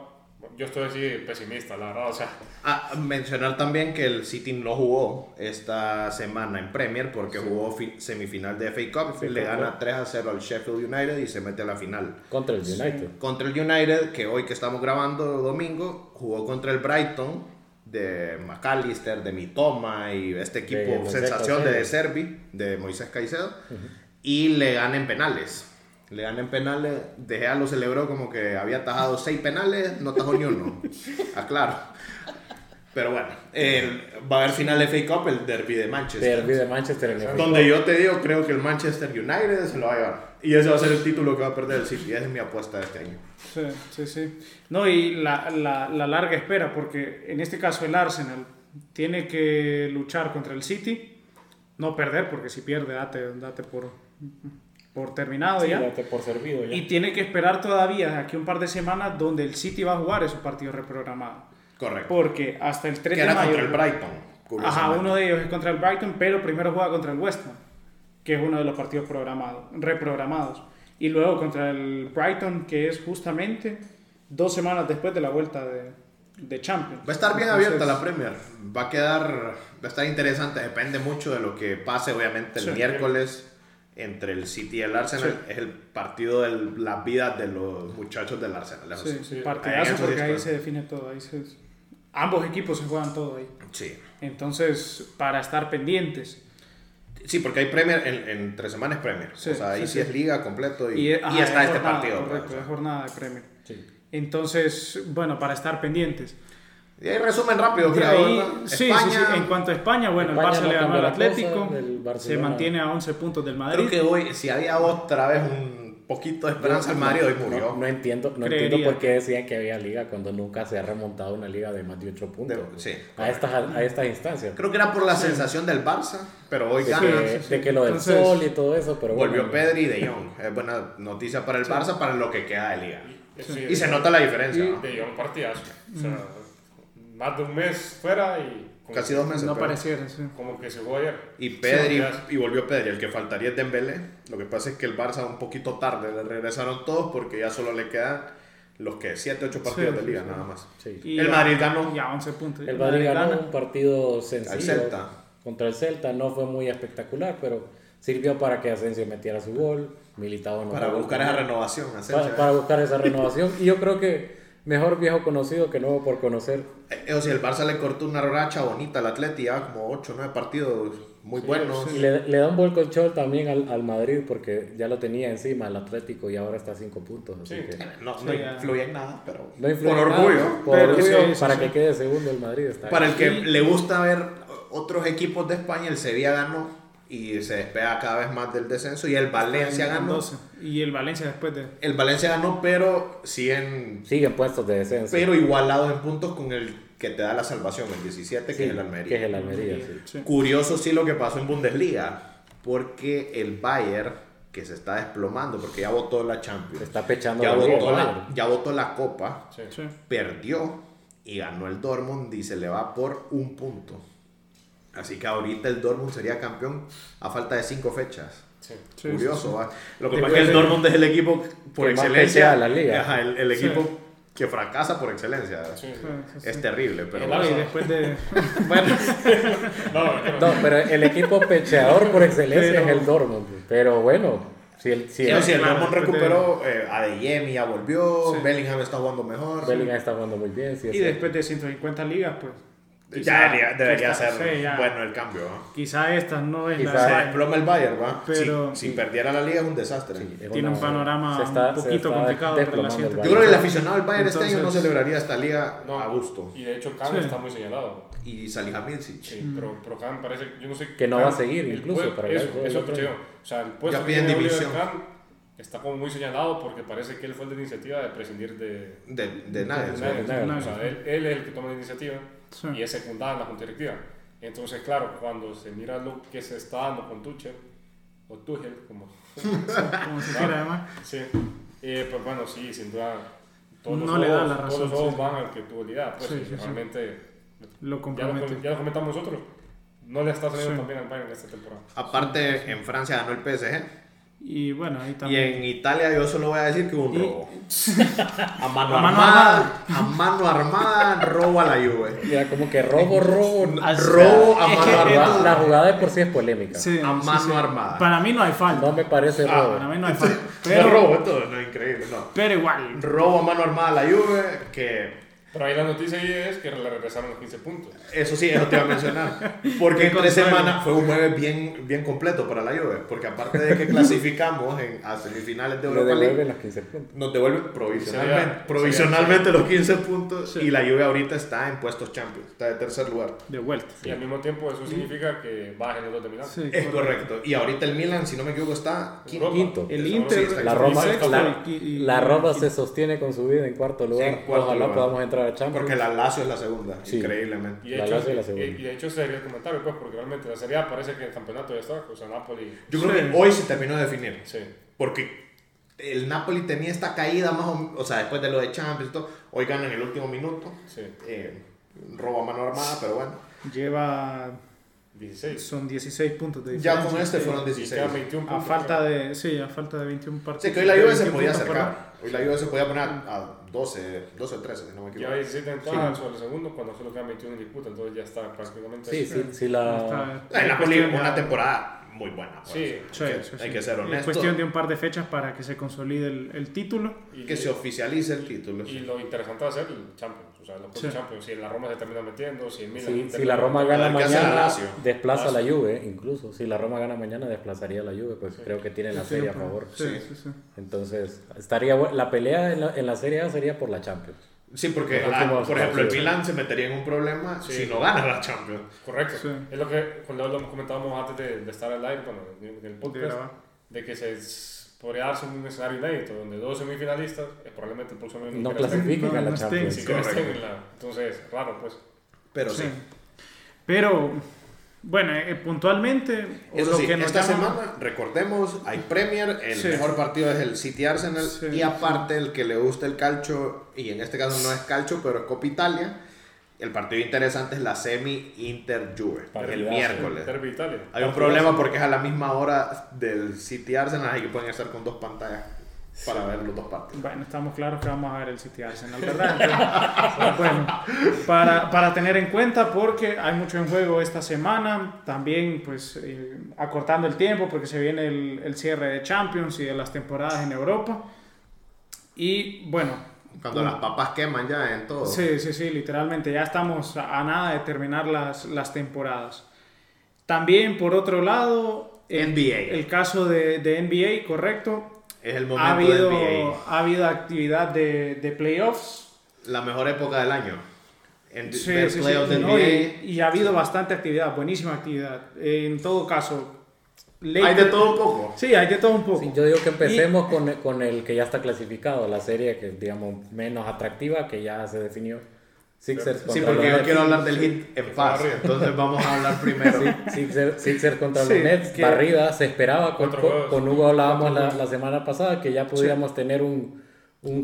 Speaker 4: yo estoy así pesimista, la verdad, o sea,
Speaker 2: Ah, mencionar también que el City no jugó esta semana en Premier porque jugó fi- semifinal de FA Cup, le gana 3 a 0 al Sheffield United y se mete a la final.
Speaker 3: Contra el United.
Speaker 2: Contra el United, que hoy que estamos grabando domingo, jugó contra el Brighton de McAllister, de Mitoma y este equipo
Speaker 3: De Moisés
Speaker 2: sensación de
Speaker 3: Caicedo.
Speaker 2: Servi, de Moisés Caicedo, y le gana en penales. Le gana en penales, De Gea lo celebró como que había tajado seis penales, no tajó ni uno. Aclaro. Pero bueno, el- va a haber final de FA Cup, el derby de Manchester.
Speaker 3: Derby de Manchester en el
Speaker 2: Donde yo te digo, creo que el Manchester United se lo va a llevar. Y ese va a ser el título que va a perder el City. Esa es mi apuesta de este año.
Speaker 1: Sí, sí, sí. No, y la, la- la larga espera, porque en este caso el Arsenal tiene que luchar contra el City, no perder, porque si pierde, date, date por, por terminado ya.
Speaker 3: Date por servido ya.
Speaker 1: Y tiene que esperar todavía de aquí a un par de semanas donde el City va a jugar esos partidos reprogramados.
Speaker 2: Correcto.
Speaker 1: Porque hasta el 3
Speaker 2: que
Speaker 1: de
Speaker 2: era
Speaker 1: mayo.
Speaker 2: contra el Brighton.
Speaker 1: Ajá,
Speaker 2: curiosamente.
Speaker 1: uno de ellos es contra el Brighton, pero primero juega contra el West Ham, que es uno de los partidos programados, reprogramados. Y luego contra el Brighton, que es justamente dos semanas después de la vuelta de, de Champions.
Speaker 2: Va a estar bien
Speaker 1: Entonces,
Speaker 2: abierta la Premier. Va a quedar. Va a estar interesante. Depende mucho de lo que pase, obviamente, el
Speaker 1: Sí.
Speaker 2: miércoles entre el City y el Arsenal. Es el partido de las vidas de los muchachos del Arsenal. eso
Speaker 1: Sí,
Speaker 4: Sí,
Speaker 2: ahí
Speaker 1: partidazo
Speaker 2: eso sí
Speaker 1: porque ahí
Speaker 2: está.
Speaker 1: se define todo. Ahí se- ambos equipos se juegan todo ahí.
Speaker 2: Sí.
Speaker 1: Entonces, para estar pendientes.
Speaker 2: Sí, porque hay Premier. En, en tres semanas es Premier.
Speaker 1: Sí,
Speaker 2: o sea, ahí
Speaker 1: sí,
Speaker 2: sí,
Speaker 1: sí.
Speaker 2: es Liga completo. Y,
Speaker 1: Y,
Speaker 2: y
Speaker 1: ajá,
Speaker 2: está
Speaker 1: es
Speaker 2: este
Speaker 1: jornada,
Speaker 2: partido. pues,
Speaker 1: Correcto,
Speaker 2: o sea.
Speaker 1: es jornada de Premier.
Speaker 3: Sí.
Speaker 1: Entonces, bueno, para estar pendientes.
Speaker 2: Y ahí resumen rápido,
Speaker 1: De
Speaker 2: creo.
Speaker 1: ahí,
Speaker 2: ¿verdad?
Speaker 1: sí,
Speaker 2: España,
Speaker 1: sí, sí. En cuanto a España, bueno,
Speaker 3: España
Speaker 1: el Barça
Speaker 3: no
Speaker 1: le ganó
Speaker 3: cambió
Speaker 1: al
Speaker 3: la cosa,
Speaker 1: Atlético,
Speaker 3: el Barcelona-
Speaker 1: se mantiene a 11 puntos del Madrid.
Speaker 2: Creo que hoy, si había otra vez un poquito de esperanza al Madrid, hoy murió.
Speaker 3: No, no entiendo, no
Speaker 1: Creería.
Speaker 3: entiendo por qué decían que había liga cuando nunca se ha remontado una liga de más de 8 puntos.
Speaker 2: De- sí,
Speaker 3: a, estas, a estas instancias.
Speaker 2: Creo que era por la sensación del Barça, pero hoy
Speaker 3: de,
Speaker 2: gana.
Speaker 3: que, de que lo del
Speaker 1: Entonces,
Speaker 3: sol y todo eso, pero
Speaker 2: Volvió
Speaker 3: bueno,
Speaker 2: Pedri y De Jong. Es buena noticia para el Barça, para lo que queda de liga.
Speaker 4: Eso sí,
Speaker 2: Y se nota la diferencia. ¿no?
Speaker 4: De un partidazo. O sea,
Speaker 1: Mm.
Speaker 4: más de un mes fuera y. como-
Speaker 2: Casi dos meses.
Speaker 1: No
Speaker 2: pero-
Speaker 1: apareciera, sí.
Speaker 4: Como que se jugó ayer.
Speaker 2: Y Pedri,
Speaker 4: Sí, ya.
Speaker 2: y volvió Pedri, el que faltaría es Dembélé. Lo que pasa es que el Barça un poquito tarde le regresaron todos porque ya solo le quedan los que 7, 8 partidos
Speaker 1: Sí,
Speaker 2: de
Speaker 1: sí,
Speaker 2: liga
Speaker 1: sí.
Speaker 2: nada más.
Speaker 3: Sí.
Speaker 1: Y
Speaker 2: El
Speaker 1: ya-
Speaker 2: Madrid ganó.
Speaker 1: Ya 11 puntos.
Speaker 3: El Madrid ganó
Speaker 1: gana.
Speaker 3: un partido sencillo
Speaker 2: Al Celta.
Speaker 3: contra el Celta, no fue muy espectacular, pero sirvió para que Asensio metiera su gol, Militao anotó
Speaker 2: Para
Speaker 3: gol
Speaker 2: buscar esa
Speaker 3: también.
Speaker 2: renovación.
Speaker 3: para,
Speaker 2: Asensio.
Speaker 3: para buscar esa renovación. Y yo creo que mejor viejo conocido que nuevo por conocer.
Speaker 2: Eh, O sea, el Barça le cortó una racha bonita al Atleti, ya como 8, 9 partidos muy buenos.
Speaker 3: Y le, le da un volconchol también al, al Madrid porque ya lo tenía encima el Atlético y ahora está a 5 puntos. así
Speaker 4: Sí.
Speaker 3: que
Speaker 2: No,
Speaker 1: Sí,
Speaker 2: no
Speaker 1: ya.
Speaker 2: influye en nada, pero
Speaker 3: no influye
Speaker 2: por
Speaker 3: nada,
Speaker 2: orgullo.
Speaker 3: por
Speaker 1: pero
Speaker 3: orgullo,
Speaker 1: sí, sí,
Speaker 3: para
Speaker 1: sí.
Speaker 3: que quede segundo el Madrid. Está
Speaker 2: Para
Speaker 3: ahí.
Speaker 2: el que le gusta ver otros equipos de España, el Sevilla ganó y se despega cada vez más del descenso. Y el Valencia ganó.
Speaker 1: 12. Y el Valencia después de.
Speaker 2: El Valencia ganó, pero siguen
Speaker 3: Siguen puestos de descenso.
Speaker 2: pero igualados en puntos con el que te da la salvación, el 17,
Speaker 3: Sí,
Speaker 2: que es el Almería.
Speaker 3: que es el Almería, sí.
Speaker 1: Sí.
Speaker 2: Curioso sí lo que pasó en Bundesliga, porque el Bayern, que se está desplomando, porque ya votó la Champions,
Speaker 3: Se está pechando
Speaker 2: ya,
Speaker 3: la liga,
Speaker 2: votó
Speaker 3: el
Speaker 2: la,
Speaker 3: Bayern.
Speaker 2: ya votó la Copa,
Speaker 4: Sí.
Speaker 1: Sí.
Speaker 2: perdió y ganó el Dortmund y se le va por un punto. Así que ahorita el Dortmund sería campeón a falta de cinco fechas.
Speaker 4: Sí.
Speaker 1: Sí,
Speaker 2: Curioso, va. Lo que
Speaker 3: Y
Speaker 2: pasa es que el
Speaker 3: puede-
Speaker 2: Dortmund es el equipo por
Speaker 3: que más
Speaker 2: excelencia.
Speaker 3: pelea de la liga.
Speaker 2: Ajá, el, el
Speaker 1: Sí.
Speaker 2: equipo que fracasa por excelencia.
Speaker 4: Sí, sí.
Speaker 1: sí, sí, sí.
Speaker 2: Es terrible, pero
Speaker 4: El
Speaker 1: No,
Speaker 2: bueno,
Speaker 1: y después de.
Speaker 2: bueno,
Speaker 4: No, pero-
Speaker 3: No, pero el equipo pecheador por excelencia
Speaker 1: Pero-
Speaker 3: es el Dortmund. Pero bueno, si el, si el
Speaker 2: no, si el
Speaker 1: claro,
Speaker 2: Dortmund
Speaker 1: después
Speaker 2: recuperó, eh, Adeyemi ya volvió,
Speaker 1: Sí.
Speaker 2: Bellingham está jugando mejor.
Speaker 3: Bellingham está jugando muy bien, sí, es
Speaker 1: Y
Speaker 3: cierto.
Speaker 1: después de 150 ligas, pues.
Speaker 2: Ya
Speaker 1: quizá-
Speaker 2: debería, debería
Speaker 1: quizá-
Speaker 2: ser
Speaker 1: sí, ya.
Speaker 2: bueno el cambio. ¿no?
Speaker 1: Quizá esta no es
Speaker 3: Quizá-
Speaker 2: Se
Speaker 1: la.
Speaker 2: desploma el Bayern, ¿va?
Speaker 1: Pero-
Speaker 2: si, si perdiera la liga es un desastre.
Speaker 3: Es
Speaker 1: tiene un panorama
Speaker 3: se
Speaker 1: un
Speaker 3: se
Speaker 1: poquito
Speaker 3: está
Speaker 1: complicado para la
Speaker 3: desplomando el
Speaker 1: siguiente.
Speaker 2: Yo creo que el aficionado del Bayern este año no
Speaker 1: Entonces-
Speaker 2: celebraría esta liga
Speaker 4: no.
Speaker 2: a gusto.
Speaker 4: Y de hecho, Kahn
Speaker 1: Sí.
Speaker 4: está muy señalado.
Speaker 2: Y Salihamidzic.
Speaker 4: Sí,
Speaker 1: Mm.
Speaker 4: pero, pero Kahn parece. Yo no sé.
Speaker 3: Que no
Speaker 4: Kahn-
Speaker 3: va a seguir,
Speaker 4: el
Speaker 3: incluso,
Speaker 4: pue-
Speaker 3: para
Speaker 4: eso,
Speaker 3: el-
Speaker 4: eso
Speaker 3: el-
Speaker 4: escuché yo. O sea, el puesto
Speaker 2: Ya
Speaker 4: que
Speaker 2: piden
Speaker 4: tiene Oliver
Speaker 2: división.
Speaker 4: Kahn está como muy señalado porque parece que él fue el de la iniciativa de prescindir de.
Speaker 2: De, de nadie.
Speaker 4: de
Speaker 2: ¿sí?
Speaker 4: Nagelsmann.
Speaker 3: Nagelsmann.
Speaker 4: O sea, él, él es el que toma la iniciativa
Speaker 1: Sí.
Speaker 4: y es secundada en la junta directiva. Entonces, claro, cuando se mira lo que se está dando con Tuchel, o Tuchel, como.
Speaker 1: Como se quiera, además.
Speaker 4: Sí, eh, pues bueno, sí, sin duda. Todos los
Speaker 1: No le da
Speaker 4: ojos-
Speaker 1: la
Speaker 4: todos
Speaker 1: razón,
Speaker 4: los ojos
Speaker 1: sí.
Speaker 4: van al que tuvo lidiar, pues
Speaker 1: Sí,
Speaker 4: y
Speaker 1: sí, sí.
Speaker 4: realmente.
Speaker 1: Lo
Speaker 4: Ya, lo,
Speaker 1: compromete.
Speaker 4: com- ya lo comentamos nosotros. No le está saliendo
Speaker 1: Sí.
Speaker 4: tan bien al Bayern esta temporada.
Speaker 2: Aparte, en Francia ganó el PSG.
Speaker 1: Y bueno, ahí
Speaker 2: Y
Speaker 1: también.
Speaker 2: en Italia yo solo voy a decir que hubo un
Speaker 1: Y-
Speaker 2: robo. A mano
Speaker 1: A mano
Speaker 2: armada, a mano armada, robo a la Juve.
Speaker 3: Mira, como que robo, robo.
Speaker 2: Al- robo a
Speaker 1: Ah, es
Speaker 2: mano
Speaker 1: que-
Speaker 3: La jugada, la
Speaker 2: armada.
Speaker 3: jugada de por sí es polémica.
Speaker 1: Sí,
Speaker 2: a
Speaker 1: sí,
Speaker 2: mano
Speaker 1: sí.
Speaker 2: armada.
Speaker 1: Para mí no hay falta.
Speaker 3: No me parece
Speaker 2: Ah,
Speaker 3: robo.
Speaker 1: Para mí no hay falta.
Speaker 2: No
Speaker 1: Pero,
Speaker 2: robo, esto no es increíble, no.
Speaker 1: pero igual.
Speaker 2: Robo a mano armada a la Juve, que
Speaker 4: Pero ahí la noticia ahí es que le regresaron los 15 puntos.
Speaker 2: eso sí, eso te iba a mencionar. Porque
Speaker 1: Qué
Speaker 2: entre
Speaker 1: consuelo.
Speaker 2: semana fue un jueves bien, bien completo para la Juve, porque aparte de que clasificamos en, a semifinales de
Speaker 3: Le
Speaker 2: Europa League,
Speaker 3: devuelven los 15 puntos.
Speaker 2: nos devuelven provisionalmente,
Speaker 4: Sería-
Speaker 2: provisionalmente los 15 puntos
Speaker 1: Sí.
Speaker 2: y la Juve ahorita está en puestos Champions, está de tercer lugar.
Speaker 1: De vuelta.
Speaker 4: Y al mismo tiempo eso significa que bajen los dos de Milán.
Speaker 1: Sí,
Speaker 2: Es correcto. Y ahorita el Milan, si no me equivoco, está quinto.
Speaker 4: Europa.
Speaker 3: quinto.
Speaker 1: El
Speaker 2: Sí,
Speaker 1: Inter,
Speaker 2: está
Speaker 1: el
Speaker 3: La Roma,
Speaker 1: sexto
Speaker 3: la,
Speaker 1: y- y-
Speaker 3: la Roma
Speaker 1: y-
Speaker 3: se sostiene con su vida en cuarto lugar.
Speaker 2: En cuarto
Speaker 3: Ojalá
Speaker 2: lugar.
Speaker 3: podamos entrar a Champions.
Speaker 2: Porque la Lazio es la segunda,
Speaker 3: Sí.
Speaker 2: increíblemente.
Speaker 4: Y de,
Speaker 3: La
Speaker 4: hecho,
Speaker 3: Lazio y la
Speaker 4: y-
Speaker 3: segunda.
Speaker 4: y de hecho ese sería el comentario, pues, porque realmente la Serie A parece que el campeonato ya está. O sea, Napoli.
Speaker 2: Yo creo
Speaker 1: Sí.
Speaker 2: que hoy se terminó de definir.
Speaker 4: Sí.
Speaker 2: Porque el Napoli tenía esta caída más o, o sea, después de lo de Champions y todo. Hoy ganan el último minuto.
Speaker 4: Sí.
Speaker 2: Eh, robo a mano armada, pero bueno.
Speaker 1: Lleva.
Speaker 4: 16.
Speaker 1: Son 16 puntos de diferencia.
Speaker 2: Ya con este fueron
Speaker 4: Y queda
Speaker 2: 16.
Speaker 4: 21
Speaker 1: A
Speaker 4: puntos.
Speaker 1: falta de. Sí, a falta de 21 partidos.
Speaker 2: Sí, que hoy la Juve se
Speaker 1: 21
Speaker 2: podía
Speaker 1: puntos,
Speaker 2: acercar. Hoy la Juve se podía poner a a 12, 12 o 13, si no me
Speaker 4: Lleva
Speaker 2: equivoco.
Speaker 4: 16 de entrada sobre el segundo cuando solo quedan 21 en disputa. Entonces ya está prácticamente.
Speaker 3: Sí, sí, sí, Ah. la...
Speaker 1: perdón. Está-
Speaker 2: El Napoli,
Speaker 1: cuestión de-
Speaker 2: una temporada muy buena. pues.
Speaker 4: Sí.
Speaker 1: Sí,
Speaker 2: Hay que-
Speaker 1: sí, sí.
Speaker 2: Hay que ser
Speaker 1: Es
Speaker 2: honestos.
Speaker 1: cuestión de un par de fechas para que se consolide el, el título.
Speaker 4: Y-
Speaker 2: Que se oficialice el título.
Speaker 4: Y
Speaker 2: sí.
Speaker 4: lo interesante va a ser el Champions, o sea, los
Speaker 1: Sí.
Speaker 4: puestos Champions. Si la Roma se termina metiendo, si el Milan.
Speaker 3: Si,
Speaker 4: termina
Speaker 3: si la Roma
Speaker 4: metiendo-
Speaker 3: gana
Speaker 2: A ver qué hace la
Speaker 3: mañana,
Speaker 2: Lazio.
Speaker 3: desplaza a la Juve, incluso. Si la Roma gana mañana, desplazaría a la Juve, pues creo que tienen la serie a favor.
Speaker 1: Sí, sí, sí.
Speaker 3: Entonces, estaría bu- la pelea en la, en la Serie A sería por la Champions.
Speaker 2: Sí, porque
Speaker 3: Los
Speaker 2: ah,
Speaker 3: últimos
Speaker 2: por ejemplo el
Speaker 3: partidos.
Speaker 2: Milan se metería en un problema
Speaker 4: Sí.
Speaker 2: si no gana la Champions.
Speaker 4: Correcto.
Speaker 1: Sí.
Speaker 4: Es lo que con Leo lo comentábamos antes de, de estar al aire, bueno, en en el
Speaker 1: De
Speaker 4: podcast,
Speaker 1: grabar.
Speaker 4: de que se s- podría darse un escenario inédito donde dos semifinalistas, eh, probablemente el próximo
Speaker 3: No
Speaker 4: ni siquiera estén-
Speaker 3: clasifican
Speaker 1: no,
Speaker 3: a la
Speaker 1: no
Speaker 3: Champions.
Speaker 4: ni siquiera
Speaker 2: Correcto.
Speaker 4: estén en la- Entonces, raro, pues.
Speaker 2: Pero sí.
Speaker 1: Pero Bueno, eh, puntualmente, o
Speaker 2: Eso
Speaker 1: lo
Speaker 2: sí,
Speaker 1: que nos
Speaker 2: esta
Speaker 1: llaman-
Speaker 2: semana, recordemos, hay Premier, el
Speaker 1: Sí.
Speaker 2: mejor partido es el City Arsenal
Speaker 1: Sí,
Speaker 2: y aparte el que le gusta el calcho, y en este caso no es calcho, pero es Copa Italia, el partido interesante es la semi Inter Juve, el
Speaker 3: Partidazo.
Speaker 2: miércoles.
Speaker 4: Derby Italia.
Speaker 2: Hay un problema porque es a la misma hora del City Arsenal, así que pueden estar con dos pantallas para ver los dos partidos.
Speaker 1: Bueno, estamos claros que vamos a ver el City Arsenal, ¿verdad? Entonces, bueno, para, para tener en cuenta porque hay mucho en juego esta semana, también pues eh, acortando el tiempo porque se viene el, el cierre de Champions y de las temporadas en Europa. Y bueno,
Speaker 2: Cuando las papas queman ya en todo.
Speaker 1: sí, sí, sí, literalmente ya estamos a, a nada de terminar las, las temporadas. También por otro lado, el,
Speaker 2: NBA.
Speaker 1: el caso de, de NBA, correcto.
Speaker 2: Es el
Speaker 1: Ha
Speaker 2: momento del
Speaker 1: habido,
Speaker 2: NBA.
Speaker 1: ha habido actividad de, de playoffs.
Speaker 2: La mejor época del año. En
Speaker 1: Sí,
Speaker 2: ver
Speaker 1: sí, sí,
Speaker 2: playoffs del
Speaker 1: no, y,
Speaker 2: NBA.
Speaker 1: y ha habido bastante actividad, buenísima actividad. En todo caso,
Speaker 2: Hay
Speaker 1: Lakers-
Speaker 2: de todo un poco.
Speaker 1: Sí, hay de todo un poco.
Speaker 3: Sí, yo digo que empecemos con, el- con el que ya está clasificado, la serie que digamos menos atractiva, que ya se definió. Sixers
Speaker 2: Sí,
Speaker 3: contra
Speaker 2: porque
Speaker 3: los
Speaker 2: yo quiero
Speaker 3: Nets.
Speaker 2: hablar del hit en paz.
Speaker 4: barrida.
Speaker 2: Entonces vamos a hablar primero.
Speaker 3: Sixers, Sixers contra
Speaker 1: Sí,
Speaker 3: los Nets,
Speaker 1: que-
Speaker 3: barrida, se esperaba. Con,
Speaker 4: Cuatro
Speaker 3: con-
Speaker 4: juegos.
Speaker 3: con Hugo hablábamos
Speaker 4: Cuatro
Speaker 3: la,
Speaker 4: juegos.
Speaker 3: la semana pasada que ya podíamos tener un, un clasificado,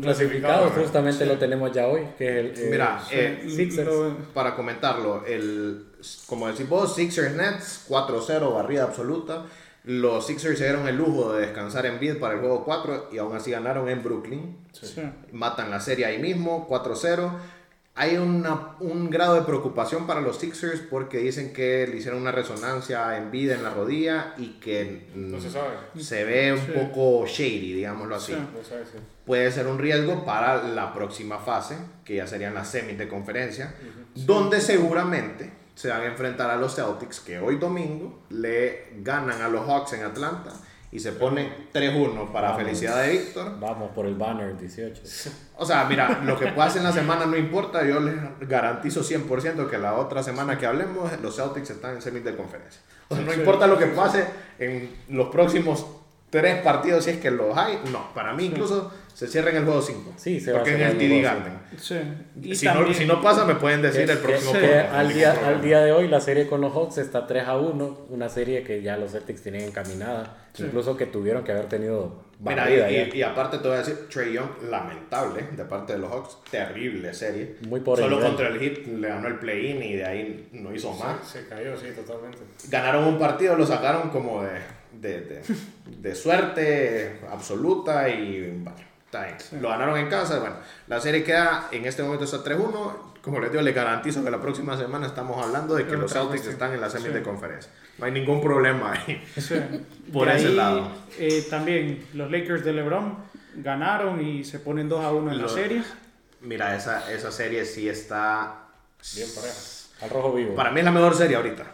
Speaker 4: clasificado,
Speaker 3: justamente lo tenemos ya hoy, que es el... eh,
Speaker 2: Mira, eh,
Speaker 3: Sixers.
Speaker 1: Lo-
Speaker 2: para comentarlo, el, como decís vos, Sixers Nets 4-0, barrida absoluta. Los Sixers se dieron el lujo de descansar en Bid para el juego 4 y aún así ganaron en Brooklyn.
Speaker 1: sí.
Speaker 2: Matan la serie ahí mismo, 4-0. Hay una- un grado de preocupación para los Sixers porque dicen que le hicieron una resonancia a Embiid en la rodilla y que mm,
Speaker 4: No se sabe.
Speaker 2: se ve un
Speaker 1: Sí.
Speaker 2: poco shady, digámoslo así.
Speaker 1: Sí.
Speaker 4: No sabe, sí.
Speaker 2: puede ser un riesgo para la próxima fase, que ya serían las semis de conferencia, donde seguramente se van a enfrentar a los Celtics, que hoy domingo le ganan a los Hawks en Atlanta y se pone 3-1 para
Speaker 3: Vamos.
Speaker 2: felicidad de Víctor.
Speaker 3: Vamos por el banner 18.
Speaker 2: O sea, mira, lo que pase en la semana no importa, yo les garantizo 100% que la otra semana que hablemos, los Celtics están en semis de conferencia. O sea, no
Speaker 4: Sí.
Speaker 2: importa lo que pase en los próximos tres partidos, si es que los hay, no, para mí incluso se cierra en el juego 5.
Speaker 3: Sí, se va
Speaker 2: Porque
Speaker 3: a
Speaker 2: en
Speaker 3: cerrar
Speaker 2: el
Speaker 3: el
Speaker 2: TD
Speaker 3: juego
Speaker 2: Garden.
Speaker 1: Sí. Y
Speaker 2: Si, no,
Speaker 1: también-
Speaker 2: si no pasa, me pueden decir
Speaker 3: Que-
Speaker 2: el próximo
Speaker 3: que- que
Speaker 2: programa.
Speaker 3: al, día, al día de hoy la serie con los Hawks está 3 a 1, una serie que ya los Celtics tienen encaminada, incluso que tuvieron que haber tenido
Speaker 2: Mira,
Speaker 3: barrida
Speaker 2: y,
Speaker 3: ya.
Speaker 2: y- y aparte te voy a decir, Trey Young, lamentable de parte de los Hawks, terrible serie.
Speaker 3: Muy pobre
Speaker 2: Solo
Speaker 3: nivel.
Speaker 2: contra el Heat le ganó el play-in y de ahí no hizo más.
Speaker 4: Se cayó, sí, totalmente.
Speaker 2: ganaron un partido, lo sacaron como de, de, de- de suerte absoluta y bueno, está bien. Lo ganaron en casa, bueno, la serie queda, en este momento está 3-1, como les digo, les garantizo que la próxima semana estamos hablando de que los Celtics están en la semi de conferencia. No hay ningún problema ahí.
Speaker 1: Sí.
Speaker 2: Por
Speaker 1: De
Speaker 2: ese
Speaker 1: ahí,
Speaker 2: lado.
Speaker 1: eh, también los Lakers de LeBron ganaron y se ponen 2 a 1 en la
Speaker 2: Lo-
Speaker 1: serie.
Speaker 2: Mira, esa, esa serie sí está...
Speaker 4: Bien pareja.
Speaker 3: Al rojo vivo.
Speaker 2: Para mí es la mejor serie ahorita.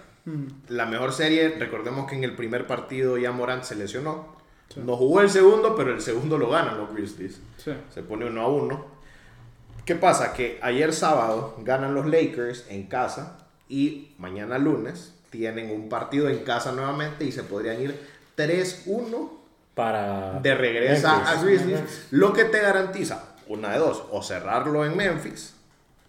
Speaker 2: La mejor serie, recordemos que en el primer partido ya Morant se lesionó. No jugó el segundo, pero el segundo lo ganan los Grizzlies.
Speaker 1: Sí.
Speaker 2: Se pone uno a uno. ¿Qué pasa? Que ayer sábado ganan los Lakers en casa y mañana lunes tienen un partido en casa nuevamente y se podrían ir 3-1
Speaker 3: Para
Speaker 2: de regresa
Speaker 3: Memphis.
Speaker 2: a Grizzlies. Lo que te garantiza una de dos, o cerrarlo en Memphis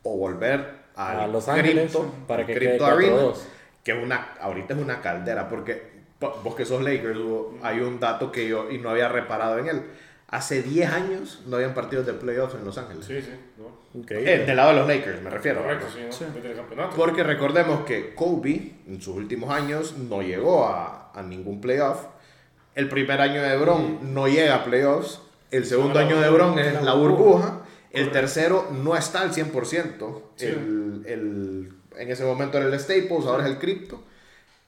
Speaker 2: o volver al
Speaker 3: A Los Ángeles,
Speaker 2: Crypto-
Speaker 3: para que
Speaker 2: Crypto
Speaker 3: quede
Speaker 2: Arena,
Speaker 3: 4-2.
Speaker 2: que es una, ahorita es una caldera porque po- vos que sos Lakers, Hugo, hay un dato que yo y no había reparado en él. Hace 10 años no habían partidos de playoffs en Los Ángeles.
Speaker 4: Sí, sí. ¿no?
Speaker 3: Increíble.
Speaker 2: Eh, del lado de los Lakers, me refiero.
Speaker 4: Correcto, sí, ¿no? Desde el campeonato.
Speaker 2: Porque recordemos que Kobe en sus últimos años no llegó a, a ningún playoff. El primer año de Bron no llega a playoffs. El segundo
Speaker 4: la
Speaker 2: año de
Speaker 4: burbuja,
Speaker 2: Bron es la burbuja. El tercero no está al 100%. El, el- en ese momento era el Staples, ahora es el Crypto.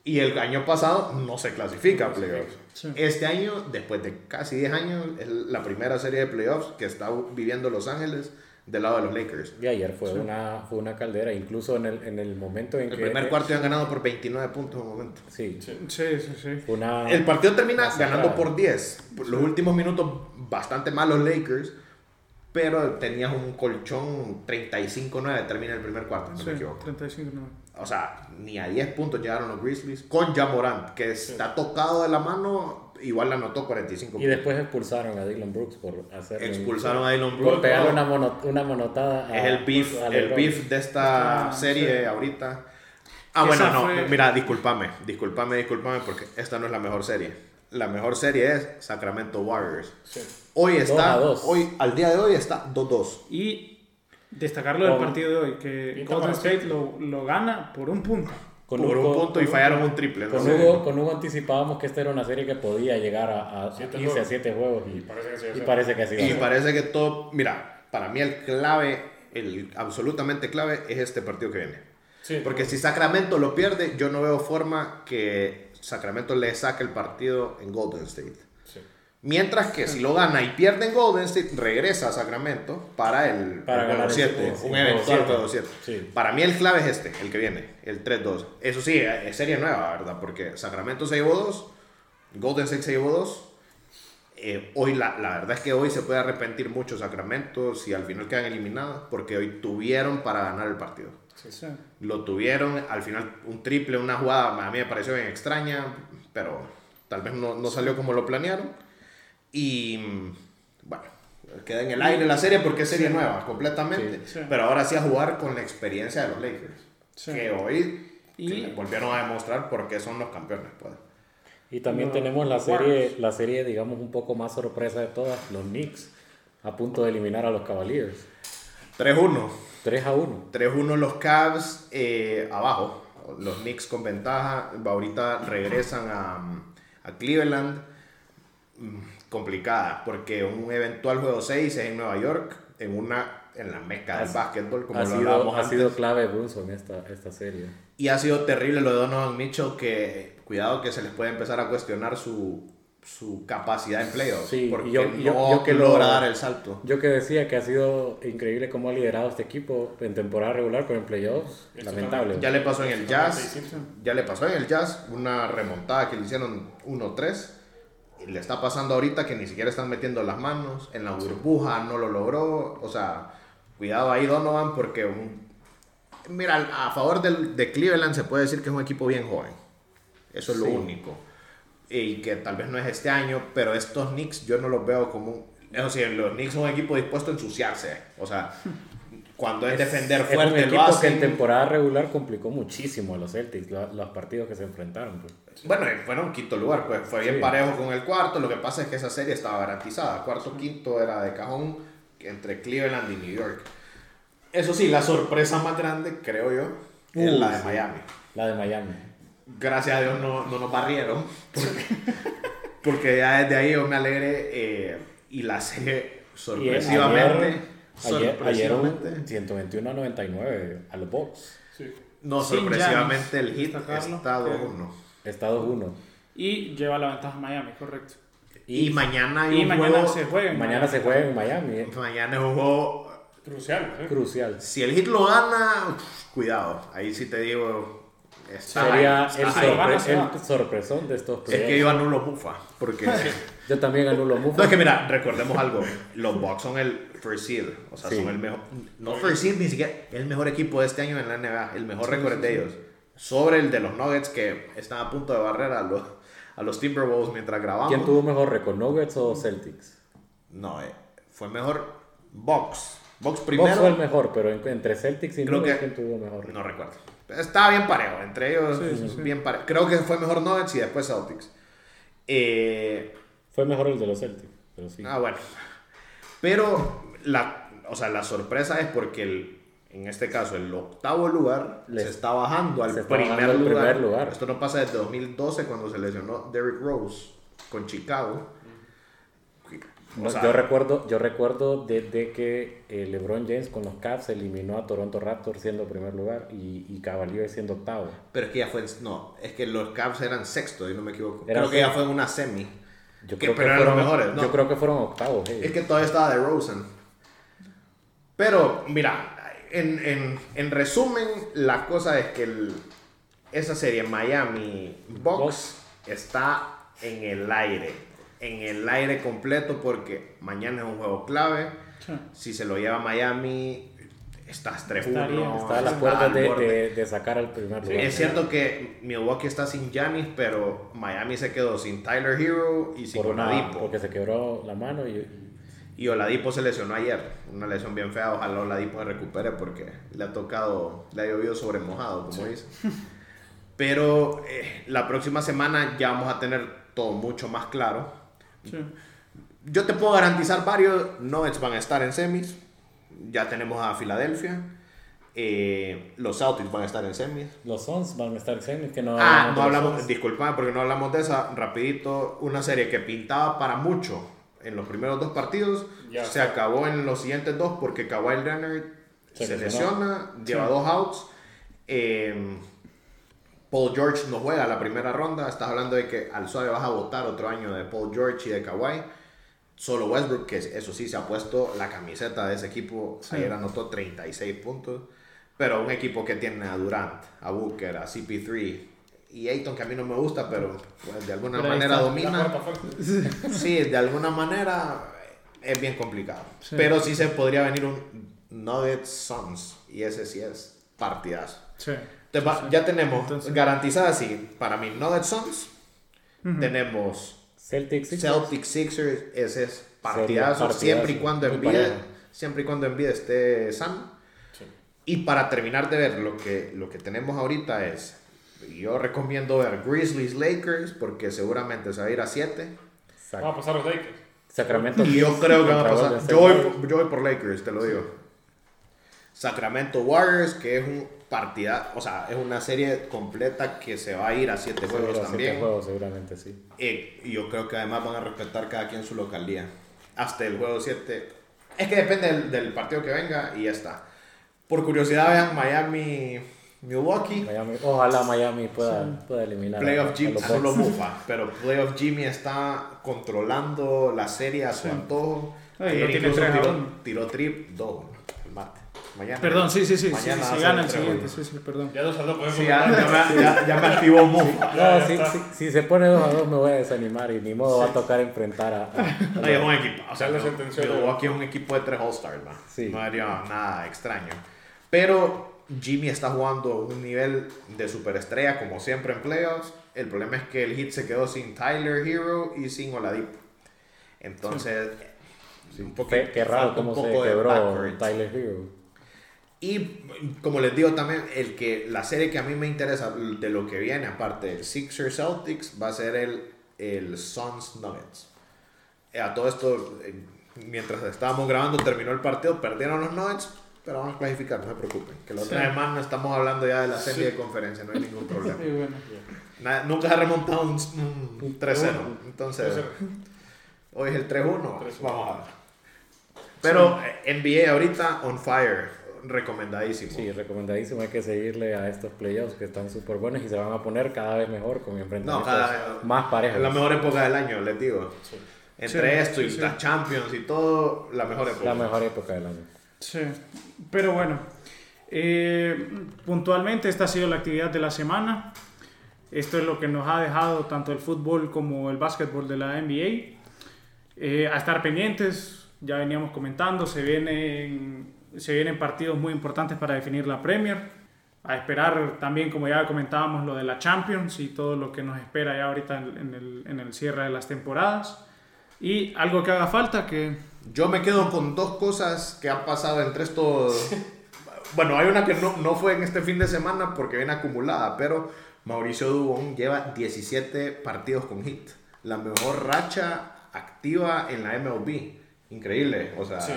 Speaker 2: Y el año pasado no se clasifica a playoffs.
Speaker 1: Sí.
Speaker 2: Este año, después de casi 10 años, es la primera serie de playoffs que está viviendo Los Ángeles del lado de los Lakers.
Speaker 3: Y ayer fue, una, fue una caldera, incluso en el, en el momento en
Speaker 2: El
Speaker 3: que...
Speaker 2: primer
Speaker 3: eh,
Speaker 2: cuarto ya han ganado por 29 puntos en un momento.
Speaker 3: Sí,
Speaker 1: Sí, sí, sí.
Speaker 3: fue una...
Speaker 2: El partido termina
Speaker 3: Así
Speaker 2: ganando
Speaker 3: está.
Speaker 2: por 10. Por Los últimos minutos bastante malos Lakers, pero tenías un colchón 35-9, termina el primer cuarto, si no
Speaker 1: Sí,
Speaker 2: me equivoco.
Speaker 1: 35 no.
Speaker 2: O sea, ni a 10 puntos llegaron los Grizzlies con Jamorant, que está tocado de la mano, igual la anotó 45
Speaker 3: Y
Speaker 2: puntos.
Speaker 3: después expulsaron a Dylan Brooks por hacer...
Speaker 2: Expulsaron a Dylan
Speaker 3: Por
Speaker 2: Brooks.
Speaker 3: pegarle una, mono- una monotada a-
Speaker 2: Es el beef,
Speaker 3: a
Speaker 2: el
Speaker 3: LeBron.
Speaker 2: beef de esta
Speaker 1: Ah,
Speaker 2: serie ahorita. Ah, bueno,
Speaker 1: Esa
Speaker 2: no.
Speaker 1: fue-
Speaker 2: Mira, discúlpame, discúlpame, discúlpame, porque esta no es la mejor serie. La mejor serie es Sacramento Warriors. Hoy está,
Speaker 3: a dos.
Speaker 2: hoy, al día de hoy está 2-2.
Speaker 1: Y destacarlo del
Speaker 3: Con-
Speaker 1: partido de hoy, que
Speaker 4: Pinta
Speaker 1: Golden
Speaker 4: para
Speaker 1: State lo, lo gana por un punto.
Speaker 3: Con
Speaker 2: Por un
Speaker 3: Hugo-
Speaker 2: punto y fallaron un triple. ¿no?
Speaker 3: Con Hugo, con Hugo anticipábamos que esta era una serie que podía llegar a, a
Speaker 4: Siete
Speaker 3: 15 a
Speaker 4: juegos.
Speaker 3: 7 juegos y,
Speaker 4: parece que sí,
Speaker 3: y
Speaker 4: sí.
Speaker 3: parece que así va a
Speaker 2: Y
Speaker 3: ser.
Speaker 2: parece que todo, mira, para mí el clave, el absolutamente clave es este partido que viene.
Speaker 4: Sí,
Speaker 2: Porque si Sacramento lo pierde, yo no veo forma que Sacramento le saque el partido en Golden State.
Speaker 4: sí.
Speaker 2: Mientras que si lo gana y pierde en Golden State, regresa a Sacramento para el
Speaker 3: Para
Speaker 2: el
Speaker 3: ganar el
Speaker 2: juego 7,
Speaker 3: juego, sí,
Speaker 2: un
Speaker 3: el juego
Speaker 2: eventual
Speaker 3: siete.
Speaker 2: juego 7.
Speaker 3: Sí.
Speaker 2: Para mí el clave es este, el que viene, el 3-2. Eso sí, eh, es serie nueva, ¿verdad? Porque Sacramento se llevó 2, Golden State se llevó 2. hoy la, la verdad es que hoy se puede arrepentir mucho Sacramento si al final quedan eliminados, porque hoy tuvieron para ganar el partido.
Speaker 1: Sí.
Speaker 2: Lo tuvieron, al final un triple, una jugada, a mí me pareció bien extraña, pero tal vez no, no salió como lo planearon. Y mm, bueno, queda en el aire la serie porque es serie nueva completamente.
Speaker 1: Sí, sí.
Speaker 2: Pero ahora sí a jugar con la experiencia de los Lakers,
Speaker 1: Sí.
Speaker 2: que hoy
Speaker 1: Y-
Speaker 2: que volvieron a demostrar por qué son los campeones. Pues.
Speaker 3: Y también
Speaker 1: No,
Speaker 3: tenemos la
Speaker 1: los
Speaker 3: serie,
Speaker 1: Warriors.
Speaker 3: la serie, digamos, un poco más sorpresa de todas, los Knicks, a punto de eliminar a los Cavaliers.
Speaker 2: 3-1.
Speaker 3: 3 a 1.
Speaker 2: 3-1 los Cavs eh, abajo. Los Knicks con ventaja. Ahorita regresan a, a Cleveland. Mm, Complicada, porque un eventual juego 6 es en Nueva York, en una en la meca del
Speaker 3: Ha-
Speaker 2: básquetbol, como
Speaker 3: ha
Speaker 2: lo
Speaker 3: sido,
Speaker 2: hablábamos
Speaker 3: ha
Speaker 2: antes.
Speaker 3: sido clave Brunson esta, esta serie.
Speaker 2: Y ha sido terrible lo de Donovan Mitchell, que cuidado que se les puede empezar a cuestionar su, su capacidad en playoffs,
Speaker 3: Sí, y
Speaker 2: porque
Speaker 3: yo-
Speaker 2: no
Speaker 3: y yo- yo que lo-
Speaker 2: logra dar el salto.
Speaker 3: Yo que decía que ha sido increíble cómo ha liderado este equipo en temporada regular, pero en playoffs,
Speaker 4: Esto
Speaker 3: lamentable.
Speaker 4: también.
Speaker 2: Ya le pasó en el Jazz,
Speaker 4: Sí, sí, sí.
Speaker 2: ya le pasó en el Jazz una remontada que le hicieron 1-3. y Le está pasando ahorita que ni siquiera están metiendo las manos. En la burbuja no lo logró. O sea, cuidado ahí Donovan porque... un- mira, a favor del, de Cleveland se puede decir que es un equipo bien joven. Eso es lo
Speaker 3: Sí.
Speaker 2: único. Y que tal vez no es este año, pero estos Knicks yo no los veo como un... Eso sí, los Knicks son un equipo dispuesto a ensuciarse. O sea, cuando es, defender
Speaker 3: Es un
Speaker 2: fuerte lo
Speaker 3: equipo que
Speaker 2: hacen.
Speaker 3: en temporada regular complicó muchísimo a los Celtics, la- los partidos que se enfrentaron. pues.
Speaker 2: Bueno, y fueron quinto lugar, pues fue bien
Speaker 3: Sí.
Speaker 2: parejo con el cuarto. Lo que pasa es que esa serie estaba garantizada. Cuarto, quinto era de cajón entre Cleveland y New York. Eso sí, la sorpresa más grande, creo yo, es
Speaker 3: Uh,
Speaker 2: la de
Speaker 3: sí.
Speaker 2: Miami.
Speaker 3: La de Miami.
Speaker 2: Gracias a Dios no, no nos barrieron. Porque, porque ya desde ahí yo me alegré. eh, y la serie,
Speaker 3: Y ayer-
Speaker 2: sorpresivamente.
Speaker 3: ayer, ayer un
Speaker 2: sorpresivamente
Speaker 3: 121 a 99 a los Bucks.
Speaker 4: Sí.
Speaker 2: no,
Speaker 1: Sin
Speaker 2: sorpresivamente
Speaker 1: Giannis,
Speaker 2: el hit
Speaker 1: destacarlo,
Speaker 2: está
Speaker 1: que-
Speaker 2: 2-1.
Speaker 3: Estados 1.
Speaker 1: Y lleva la ventaja a Miami, correcto.
Speaker 2: Y, mañana hay
Speaker 1: Y
Speaker 2: un
Speaker 1: mañana
Speaker 2: juego-
Speaker 1: se juega. en
Speaker 3: Mañana se juega en Miami. eh.
Speaker 2: Mañana es un juego
Speaker 4: Crucial. ¿eh?
Speaker 3: Crucial.
Speaker 2: Si el hit lo gana, uf, cuidado. Ahí sí te digo. Está
Speaker 3: Sería
Speaker 2: ahí,
Speaker 3: el,
Speaker 2: está ahí.
Speaker 1: sorpresa.
Speaker 3: sorpre-
Speaker 1: van a ser
Speaker 3: el
Speaker 1: más.
Speaker 3: sorpresón de estos
Speaker 2: Es
Speaker 3: playoffs.
Speaker 2: que yo anulo bufa. Porque.
Speaker 3: Yo también anulo
Speaker 2: no,
Speaker 3: mucho.
Speaker 2: es que mira, recordemos algo. Los Bucks son el first seed. O sea,
Speaker 3: Sí.
Speaker 2: son el mejor. No first seed ni siquiera. El mejor equipo de este año en la NBA. El mejor récord de ellos. Sobre el de los Nuggets que están a punto de barrer a los, a los Timberwolves mientras grabamos.
Speaker 3: ¿Quién tuvo mejor récord, Nuggets o Celtics?
Speaker 2: No, eh, fue mejor Bucks. Bucks primero.
Speaker 3: Bucks fue el mejor, pero en- entre Celtics y
Speaker 2: Creo
Speaker 3: Nuggets,
Speaker 2: que-
Speaker 3: ¿quién tuvo mejor récord?
Speaker 2: No recuerdo. Estaba bien parejo, entre ellos bien parejo. Creo que fue mejor Nuggets y después Celtics. Eh,
Speaker 3: Fue mejor el de los Celtics, pero sí.
Speaker 2: ah, bueno. Pero la, o sea, la sorpresa es porque el, en este caso el octavo lugar
Speaker 3: Les-
Speaker 2: se está bajando al
Speaker 3: se está
Speaker 2: primer,
Speaker 3: bajando al
Speaker 2: lugar.
Speaker 3: primer lugar.
Speaker 2: Esto no pasa desde 2012 cuando se lesionó Derrick Rose con Chicago. O
Speaker 3: Mm. No,
Speaker 2: sea,
Speaker 3: yo recuerdo, yo recuerdo desde que eh, LeBron James con los Cavs eliminó a Toronto Raptors siendo primer lugar y, y Cavaliers siendo octavo.
Speaker 2: pero es que ya fue en- no, es que los Cavs eran sexto, si no me equivoco.
Speaker 3: Eran
Speaker 2: creo que ya
Speaker 3: sexto.
Speaker 2: fue en una semi.
Speaker 3: Yo
Speaker 2: Que-
Speaker 3: creo que
Speaker 2: pero eran los
Speaker 3: fueron,
Speaker 2: mejores, ¿no?
Speaker 3: yo creo que fueron octavos. eh. ellos.
Speaker 2: Es que todavía estaba de Rosen. Pero, mira, en, en- en resumen, la cosa es que el- esa serie Miami Box
Speaker 3: Bucks.
Speaker 2: está en el aire. En el aire completo porque mañana es un juego clave.
Speaker 1: Sí.
Speaker 2: Si se lo lleva Miami, estás 3-1.
Speaker 1: Estaría-
Speaker 3: Está a las
Speaker 2: está
Speaker 3: puertas
Speaker 2: al
Speaker 3: de,
Speaker 2: borde.
Speaker 3: de- de sacar al primer lugar.
Speaker 2: Es cierto que Milwaukee está sin Giannis, pero Miami se quedó sin Tyler Hero y sin
Speaker 3: Por una-
Speaker 2: Oladipo.
Speaker 3: porque se quebró la mano y,
Speaker 2: Y Oladipo se lesionó ayer, una lesión bien fea, ojalá Oladipo se recupere porque le ha tocado, le ha llovido sobre mojado, como dice. Pero eh, la próxima semana ya vamos a tener todo mucho más claro.
Speaker 1: Sí.
Speaker 2: Yo te puedo garantizar varios Nuggets van a estar en semis. Ya tenemos a Filadelfia. Eh, los Celtics van a estar en semis.
Speaker 3: Los Suns van a estar exentos, que no
Speaker 2: Ah,
Speaker 3: hablamos de
Speaker 2: no
Speaker 3: los
Speaker 2: hablamos,
Speaker 3: Suns.
Speaker 2: disculpa, porque no hablamos de esa. Rapidito, una serie que pintaba para mucho en los primeros dos partidos,
Speaker 4: Ya.
Speaker 2: se acabó en los siguientes dos porque Kawhi Leonard se,
Speaker 3: Se
Speaker 2: lesiona, lleva dos outs. Eh, Paul George no juega la primera ronda. Estás hablando de que al suave vas a votar otro año de Paul George y de Kawhi. Solo Westbrook, que eso sí se ha puesto la camiseta de ese equipo, ayer anotó 36 puntos. Pero un equipo que tiene a Durant, a Booker, a CP3 y Ayton, que a mí no me gusta, pero pues, de alguna
Speaker 1: Pero ahí
Speaker 2: manera
Speaker 1: está.
Speaker 2: domina. Sí, de alguna manera eh, es bien complicado.
Speaker 1: Sí.
Speaker 2: Pero sí se podría venir un Nuggets Suns y ese sí es partidazo.
Speaker 1: Sí.
Speaker 2: Entonces, va- ya tenemos
Speaker 1: Entonces-
Speaker 2: garantizada así para mis Nuggets Suns. Tenemos
Speaker 3: Celtics. sí.
Speaker 2: Celtic Sixers, ese es partidazo,
Speaker 3: partidazo,
Speaker 2: siempre y cuando
Speaker 3: muy
Speaker 2: envíe,
Speaker 3: parejo.
Speaker 2: siempre y cuando envíe esté Sam. Y para terminar de ver lo que lo que tenemos ahorita es yo recomiendo ver Grizzlies Lakers porque seguramente se va a ir a 7.
Speaker 3: Sac-
Speaker 4: Vamos a pasar los Lakers.
Speaker 3: Sacramento.
Speaker 2: Y yo creo que va a
Speaker 3: contra
Speaker 2: pasar.
Speaker 3: Golden
Speaker 2: Yo voy,
Speaker 3: State.
Speaker 2: yo voy por Lakers, te lo digo. Sacramento Warriors, que es un partida, o sea, es una serie completa que se va a ir a siete
Speaker 3: Seguro,
Speaker 2: juegos
Speaker 3: siete
Speaker 2: también.
Speaker 3: juegos, seguramente, sí.
Speaker 2: Eh, y yo creo que además van a respetar cada quien su localía. Hasta el juego 7. Es que depende del, del partido que venga y ya está. Por curiosidad, vean Miami, Milwaukee.
Speaker 3: Miami- ojalá Miami pueda, pueda eliminar. a-
Speaker 2: Playoff
Speaker 3: a
Speaker 2: Jimmy
Speaker 3: los
Speaker 2: solo
Speaker 3: Bucks.
Speaker 2: bufa, pero Playoff Jimmy está controlando la serie a su antojo.
Speaker 1: Ay,
Speaker 2: Ayer
Speaker 1: lo tiene
Speaker 2: incluso
Speaker 1: tres a
Speaker 2: tiró,
Speaker 1: uno.
Speaker 2: tiró trip 2 el mate. Mañana.
Speaker 1: Perdón, sí, sí, sí. sí,
Speaker 2: Mañana va
Speaker 1: sí,
Speaker 2: a
Speaker 1: se
Speaker 2: ser
Speaker 1: gana el
Speaker 2: tres a uno.
Speaker 1: siguiente. Sí, sí, perdón.
Speaker 4: Ya pues, dos a dos podemos
Speaker 2: Sí, ya,
Speaker 4: ganar.
Speaker 2: ya me, ya- ya me activó Mufa.
Speaker 3: No,
Speaker 4: Ah, Ya
Speaker 3: si,
Speaker 4: está.
Speaker 3: si- si se pone 2 a 2 me voy a desanimar y ni modo va a tocar enfrentar a... a-
Speaker 2: No, es un equipo. O sea,
Speaker 4: Ya lo
Speaker 2: no,
Speaker 4: sentenció.
Speaker 2: Milwaukee es un equipo de tres All-Stars, ¿no?
Speaker 3: Sí.
Speaker 2: No haría nada extraño. Pero Jimmy está jugando a un nivel de superestrella, como siempre en playoffs. El problema es que el hit se quedó sin Tyler Hero y sin Oladipo. Entonces, un poquito-
Speaker 3: Qué, qué raro
Speaker 2: falta un
Speaker 3: cómo se
Speaker 2: poco de
Speaker 3: quebró
Speaker 2: backwards.
Speaker 3: Tyler Hero.
Speaker 2: Y como les digo también, el que, la serie que a mí me interesa de lo que viene, aparte del Sixers Celtics, va a ser el, el Suns Nuggets. Eh, A todo esto, eh, mientras estábamos grabando, terminó el partido, perdieron los Nuggets, pero vamos a clasificar, no se preocupen. Que la otra
Speaker 1: Sí.
Speaker 2: vez más no estamos hablando ya de la serie de conferencia, no hay ningún problema.
Speaker 1: Sí, bueno.
Speaker 2: Nada- nunca se ha remontado un, un 3-0. Entonces, hoy es el 3-1. Vamos a ver. Pero eh, NBA ahorita on fire. Recomendadísimo.
Speaker 3: Sí, recomendadísimo. Hay que seguirle a estos playoffs que están súper buenos y se van a poner cada vez mejor con
Speaker 2: No,
Speaker 3: enfrentamientos
Speaker 2: cada vez-
Speaker 3: más
Speaker 2: Es la
Speaker 3: parejos.
Speaker 2: mejor época del año, les digo. Entre
Speaker 1: Sí,
Speaker 2: esto y
Speaker 1: sí,
Speaker 2: las Champions y todo, la mejor época.
Speaker 3: La mejor época del año.
Speaker 1: Sí, pero bueno, eh, puntualmente esta ha sido la actividad de la semana. Esto es lo que nos ha dejado tanto el fútbol como el básquetbol de la NBA. Eh, a estar pendientes, ya veníamos comentando, se vienen, se vienen partidos muy importantes para definir la Premier. A esperar también, como ya comentábamos, lo de la Champions y todo lo que nos espera ya ahorita en, en el, en el cierre de las temporadas. Y algo que haga falta, que
Speaker 2: Yo me quedo con dos cosas que han pasado entre estos. Bueno, hay una que no, no fue en este fin de semana porque viene acumulada, pero Mauricio Dubón lleva 17 partidos con hit. La mejor racha activa en la MLB. Increíble, o sea.
Speaker 4: Sí.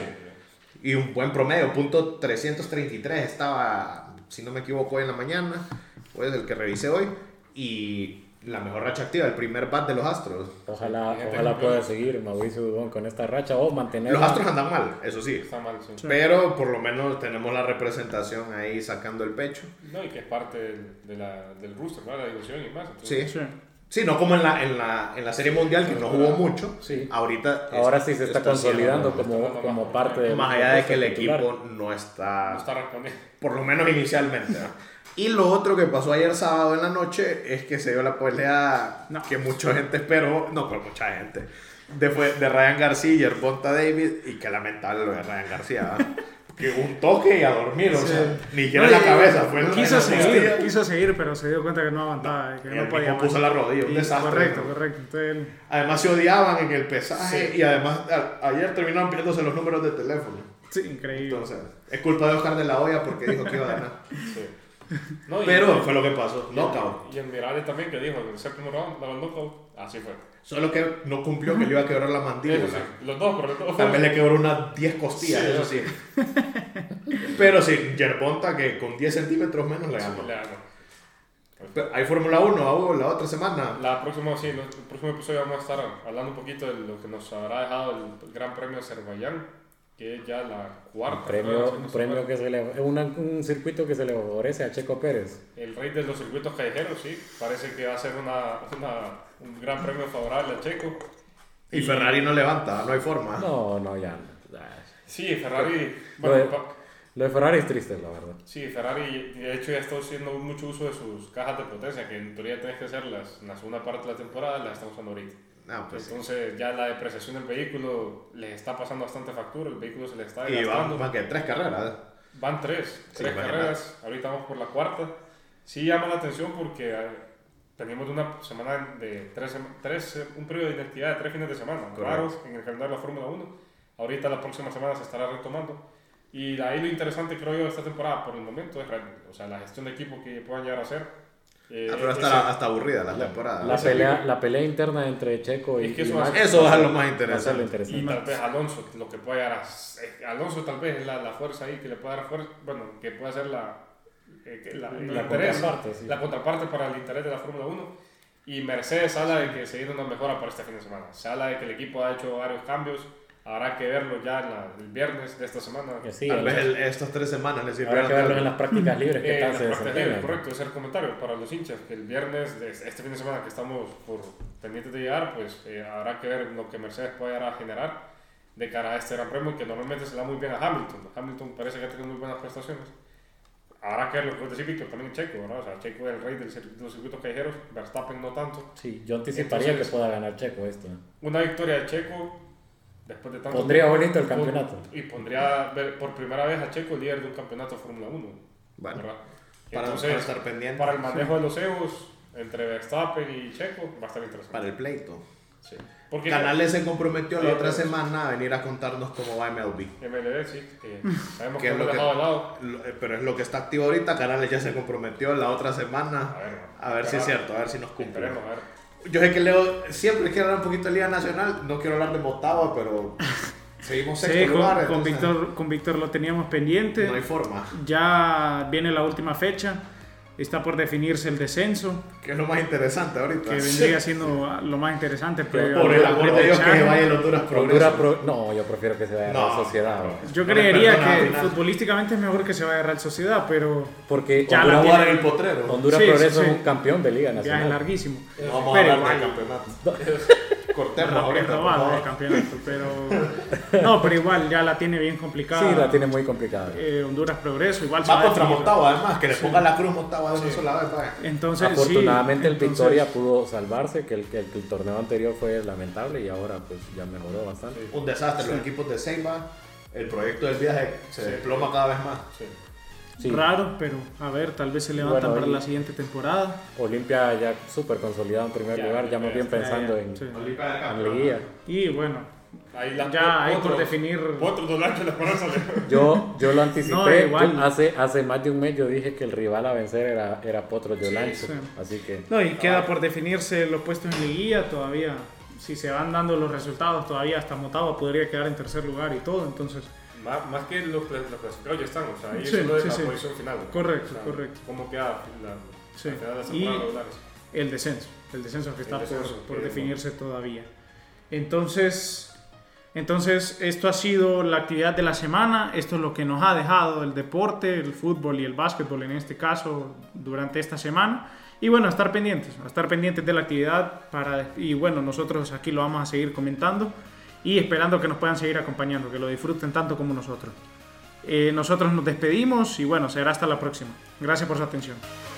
Speaker 2: Y un buen promedio, punto 333 estaba, si no me equivoco, hoy en la mañana. Pues el que revisé hoy. Y la mejor racha activa, el primer bat de los Astros.
Speaker 3: Ojalá,
Speaker 4: Siguiente
Speaker 3: ojalá
Speaker 4: campeón.
Speaker 3: pueda seguir Mauricio Dubón con esta racha o mantener
Speaker 2: Los Astros andan mal, eso sí.
Speaker 4: Está mal, sí.
Speaker 2: Pero por lo menos tenemos la representación ahí sacando el pecho.
Speaker 4: No, y que es parte del, de la, del rooster, ¿verdad? La diversión y más. entonces-
Speaker 2: Sí.
Speaker 1: sí,
Speaker 2: Sí, no como en la, en la, en la Serie Mundial que no jugó mucho.
Speaker 3: Sí.
Speaker 2: Ahorita. es-
Speaker 3: Ahora sí se está consolidando
Speaker 2: siendo-
Speaker 3: como,
Speaker 4: está
Speaker 3: como
Speaker 4: más-
Speaker 3: parte del
Speaker 2: Más allá de que el
Speaker 3: titular.
Speaker 2: equipo no
Speaker 4: No
Speaker 2: está.
Speaker 4: está respondiendo.
Speaker 2: Por lo menos inicialmente. ¿no? Y lo otro que pasó ayer sábado en la noche es que se dio la pelea
Speaker 1: No.
Speaker 2: que mucha gente esperó. No, pero mucha gente. De, fue- de Ryan García y Bonta David. Y qué lamentable lo de Ryan García. ¿verdad? que un toque y a dormir. O sea, ni siquiera en
Speaker 1: No,
Speaker 2: la
Speaker 1: y-
Speaker 2: cabeza. Fue en la-
Speaker 1: quiso
Speaker 2: en la
Speaker 1: seguir,
Speaker 2: costilla.
Speaker 1: quiso seguir, pero se dio cuenta que no aguantaba, que
Speaker 2: Y
Speaker 1: no
Speaker 2: el
Speaker 1: podía.
Speaker 2: mismo
Speaker 1: más.
Speaker 2: puso la rodilla, un
Speaker 1: Y-
Speaker 2: desastre,
Speaker 1: Correcto,
Speaker 2: ¿no?
Speaker 1: correcto. Entonces, él-
Speaker 2: Además se odiaban en el pesaje y además a- ayer terminaron pidiéndose los números de teléfono.
Speaker 1: sí, increíble.
Speaker 2: Entonces, es culpa de Oscar de la Hoya porque dijo que iba a ganar.
Speaker 4: Sí. No, y-
Speaker 2: Pero fue lo que pasó. Knockout.
Speaker 4: Y el Miralles también que dijo en el séptimo round, daba el knockout. Así fue.
Speaker 2: Solo que no cumplió que le iba a quebrar la
Speaker 4: Eso
Speaker 2: mandíbula.
Speaker 4: sí, los dos, pero los dos
Speaker 2: También
Speaker 4: fueron-
Speaker 2: le quebró unas 10 costillas,
Speaker 4: Sí,
Speaker 2: eso sí. Pero sí, Yerbonta que con 10 centímetros menos le ganó.
Speaker 4: le ganó.
Speaker 2: Pero Hay Fórmula 1, Abu, la otra semana.
Speaker 4: La próxima, sí, nos- el próximo episodio vamos a estar hablando un poquito de lo que nos habrá dejado el Gran Premio de Azerbaiyán, que es ya la cuarta.
Speaker 3: Premio,
Speaker 4: creo, si no
Speaker 3: un
Speaker 4: estoy
Speaker 3: premio
Speaker 4: mal.
Speaker 3: que se le, un, un circuito que se le favorece a Checo Pérez.
Speaker 4: El rey de los circuitos callejeros, sí. Parece que va a ser una, una- un gran premio favorable a Checo.
Speaker 2: Y Ferrari no levanta, no hay forma.
Speaker 3: No, no, ya. no. Ah,
Speaker 4: Sí, Ferrari.
Speaker 3: Lo
Speaker 4: bueno,
Speaker 3: de-
Speaker 4: pa-
Speaker 3: Lo de Ferrari es triste, la verdad.
Speaker 4: sí, Ferrari, de hecho, ya está haciendo mucho uso de sus cajas de potencia, que en teoría tenés que hacerlas en la segunda parte de la temporada, las estamos usando ahorita.
Speaker 2: Ah, pues sí.
Speaker 4: Entonces, ya la depreciación del vehículo les está pasando bastante factura, el vehículo se le está
Speaker 2: Y
Speaker 4: desgastando.
Speaker 2: van, van que tres carreras. Ah,
Speaker 4: Van tres,
Speaker 2: Sí,
Speaker 4: tres
Speaker 2: van
Speaker 4: carreras. Ahorita vamos por la cuarta. Sí llama la atención porque eh, tenemos una semana de tres, sema- tres, eh, un periodo de inactividad de tres fines de semana,
Speaker 2: Correcto.
Speaker 4: raros en el calendario de la Fórmula 1. Ahorita la próxima semana se estará retomando. Y ahí lo interesante, creo yo, de esta temporada por el momento es Red Bull. O sea, la gestión de equipo que puedan llegar a hacer. eh,
Speaker 2: Ah, pero
Speaker 4: ese-
Speaker 2: hasta, hasta aburrida la, temporada.
Speaker 3: La
Speaker 2: Eso-
Speaker 3: pelea, la pelea interna entre Checo y,
Speaker 4: Es que
Speaker 3: y
Speaker 4: eso
Speaker 3: Max
Speaker 4: hace-
Speaker 2: Eso va a ser lo más
Speaker 3: va a ser lo
Speaker 2: interesante.
Speaker 3: interesante.
Speaker 4: Y tal vez Alonso, lo que puede dar. a- eh, Alonso tal vez es la, la fuerza ahí que le puede dar fuerza. Bueno, que puede ser la, eh, que la, el
Speaker 3: La
Speaker 4: interés,
Speaker 3: contraparte, sí.
Speaker 4: la contraparte para el interés de la Fórmula 1. Y Mercedes habla de que se viene una mejora para este fin de semana. Se habla de que el equipo ha hecho varios cambios. Habrá que verlo ya en la- el viernes de esta semana.
Speaker 3: Que sí,
Speaker 2: Tal vez
Speaker 3: habrá
Speaker 2: el- estas tres semanas les sirvieron.
Speaker 3: que verlos en
Speaker 2: de
Speaker 3: las prácticas libres que
Speaker 4: Eh,
Speaker 3: tal
Speaker 4: la
Speaker 3: se
Speaker 4: parte de arriba,
Speaker 3: desempeñan.
Speaker 4: correcto, ese es el comentario para los hinchas, que el viernes, de este fin de semana que estamos por pendientes de llegar, pues eh, habrá que ver lo que Mercedes pueda generar de cara a este gran premio, que normalmente se le da muy bien a Hamilton. Hamilton parece que ha tenido muy buenas prestaciones. Habrá que ver lo que decía Víctor, también Checo, ¿verdad? O sea, Checo es el rey del cir- de los circuitos callejeros, Verstappen no tanto.
Speaker 3: Sí, yo anticiparía
Speaker 4: Entonces-
Speaker 3: que pueda ganar Checo esto.
Speaker 4: Una victoria de Checo, después de tanto
Speaker 3: Pondría
Speaker 4: tiempo,
Speaker 3: bonito el
Speaker 4: pon-
Speaker 3: campeonato.
Speaker 4: Y pondría ver- por primera vez a Checo líder de un campeonato de Fórmula 1.
Speaker 2: Bueno,
Speaker 4: ¿verdad?
Speaker 2: para- para estar pendiente.
Speaker 4: Para el manejo de los egos entre Verstappen y Checo va a estar interesante.
Speaker 2: Para el pleito.
Speaker 4: Sí. Porque
Speaker 2: Canales se comprometió la
Speaker 4: Sí,
Speaker 2: otra
Speaker 4: sí.
Speaker 2: semana a venir a contarnos cómo va MLB.
Speaker 4: MLB, sí, que sabemos
Speaker 2: ¿Qué
Speaker 4: que
Speaker 2: es
Speaker 4: lo
Speaker 2: lo
Speaker 4: ha
Speaker 2: que-
Speaker 4: dejado de lado.
Speaker 2: Lo- eh, Pero es lo que está activo ahorita. Canales ya se comprometió la otra semana.
Speaker 4: A ver,
Speaker 2: A ver si
Speaker 4: Canales.
Speaker 2: es cierto, a ver si nos cumple.
Speaker 4: Esperemos, a ver.
Speaker 2: Yo sé que Leo siempre quiere hablar un poquito de Liga Nacional. No quiero hablar de Motagua, pero seguimos sexto
Speaker 1: Sí, con,
Speaker 2: lugar.
Speaker 1: con
Speaker 2: entonces
Speaker 1: Víctor, con Víctor lo teníamos pendiente.
Speaker 2: No hay forma.
Speaker 1: Ya viene la última fecha. Está por definirse el descenso,
Speaker 2: Que es lo más interesante ahorita.
Speaker 1: que vendría siendo lo más interesante. previo
Speaker 2: Por
Speaker 1: al
Speaker 2: el
Speaker 1: Mundial
Speaker 2: amor de Dios que
Speaker 1: Chano.
Speaker 2: se vaya el Honduras Progreso.
Speaker 3: Honduras pro- No, yo prefiero que se vaya a
Speaker 2: No,
Speaker 3: la sociedad.
Speaker 2: no.
Speaker 3: bro.
Speaker 1: Yo
Speaker 2: No le
Speaker 1: creería
Speaker 2: perdonan
Speaker 1: que
Speaker 2: al final.
Speaker 1: futbolísticamente es mejor que se vaya a Real Sociedad, pero
Speaker 3: Porque
Speaker 1: Ya
Speaker 2: Honduras
Speaker 1: la
Speaker 2: jugar
Speaker 1: tiene-
Speaker 2: en el potrero.
Speaker 3: Honduras
Speaker 1: Sí, sí,
Speaker 3: Progreso
Speaker 1: sí.
Speaker 3: es un campeón de Liga
Speaker 1: viaje
Speaker 3: Nacional.
Speaker 1: larguísimo.
Speaker 2: No vamos a
Speaker 1: Pero
Speaker 2: hablar del
Speaker 1: igual,
Speaker 2: campeonato.
Speaker 1: Pero
Speaker 2: Cortemos
Speaker 1: no,
Speaker 2: ahorita,
Speaker 1: no
Speaker 2: por
Speaker 1: va a dar
Speaker 2: favor.
Speaker 1: el campeonato, pero no, pero igual ya la tiene bien complicada.
Speaker 3: Sí, la tiene muy complicada.
Speaker 1: Eh, Honduras Progreso, igual se
Speaker 2: Va
Speaker 1: a
Speaker 2: contra
Speaker 1: definir.
Speaker 2: Motagua, además, que le ponga la cruz Motagua de una sola vez. vaya.
Speaker 1: Entonces, sí,
Speaker 3: Afortunadamente el
Speaker 1: entonces-
Speaker 3: Victoria pudo salvarse, que el, que el- que el torneo anterior fue lamentable y ahora pues ya mejoró bastante.
Speaker 2: Un desastre, los equipos de Seiba, el proyecto del viaje se desploma cada vez más.
Speaker 4: Sí.
Speaker 3: Sí.
Speaker 1: Raro, pero a ver, tal vez se levantan
Speaker 3: Bueno,
Speaker 1: para
Speaker 3: ahí-
Speaker 1: la siguiente temporada.
Speaker 3: Olimpia ya súper consolidado en primer
Speaker 4: Ya,
Speaker 3: lugar, ya más
Speaker 4: ya
Speaker 3: bien
Speaker 4: está,
Speaker 3: pensando
Speaker 1: Ya, ya,
Speaker 3: en,
Speaker 1: Eh, sí.
Speaker 3: en Liguilla.
Speaker 1: Y bueno,
Speaker 4: Ahí la-
Speaker 1: Ya, ahí
Speaker 4: otro-
Speaker 1: por definir-
Speaker 4: Otro dólar que le ponen a Leo.
Speaker 3: Yo, yo lo anticipé,
Speaker 1: No, igual.
Speaker 3: yo hace, hace más de un mes yo dije que el rival a vencer era, era Potro Yolancho,
Speaker 1: Sí, sí.
Speaker 3: así que
Speaker 1: no,
Speaker 2: Ah.
Speaker 1: y queda por definirse los puestos en liguilla todavía. Si se van dando los resultados, todavía hasta Motagua podría quedar en tercer lugar y todo. Entonces,
Speaker 4: Más, más que los clas- los clasificados ya están, o sea, ahí
Speaker 1: Sí,
Speaker 4: solo es
Speaker 1: sí,
Speaker 4: la
Speaker 1: sí.
Speaker 4: posición final. ¿no?
Speaker 1: Correcto,
Speaker 4: O sea,
Speaker 1: correcto.
Speaker 4: ¿Cómo queda la,
Speaker 1: Sí.
Speaker 4: la final de la
Speaker 1: Y-
Speaker 4: temporada de dólares?
Speaker 1: el descenso, el descenso que está por-
Speaker 4: descenso,
Speaker 1: por,
Speaker 4: que no.
Speaker 1: definirse todavía. Entonces, entonces, esto ha sido la actividad de la semana, esto es lo que nos ha dejado el deporte, el fútbol y el básquetbol en este caso durante esta semana. Y bueno, a estar pendientes, a estar pendientes de la actividad para, y bueno, nosotros aquí lo vamos a seguir comentando y esperando que nos puedan seguir acompañando, que lo disfruten tanto como nosotros. Eh, nosotros nos despedimos y bueno, será hasta la próxima. Gracias por su atención.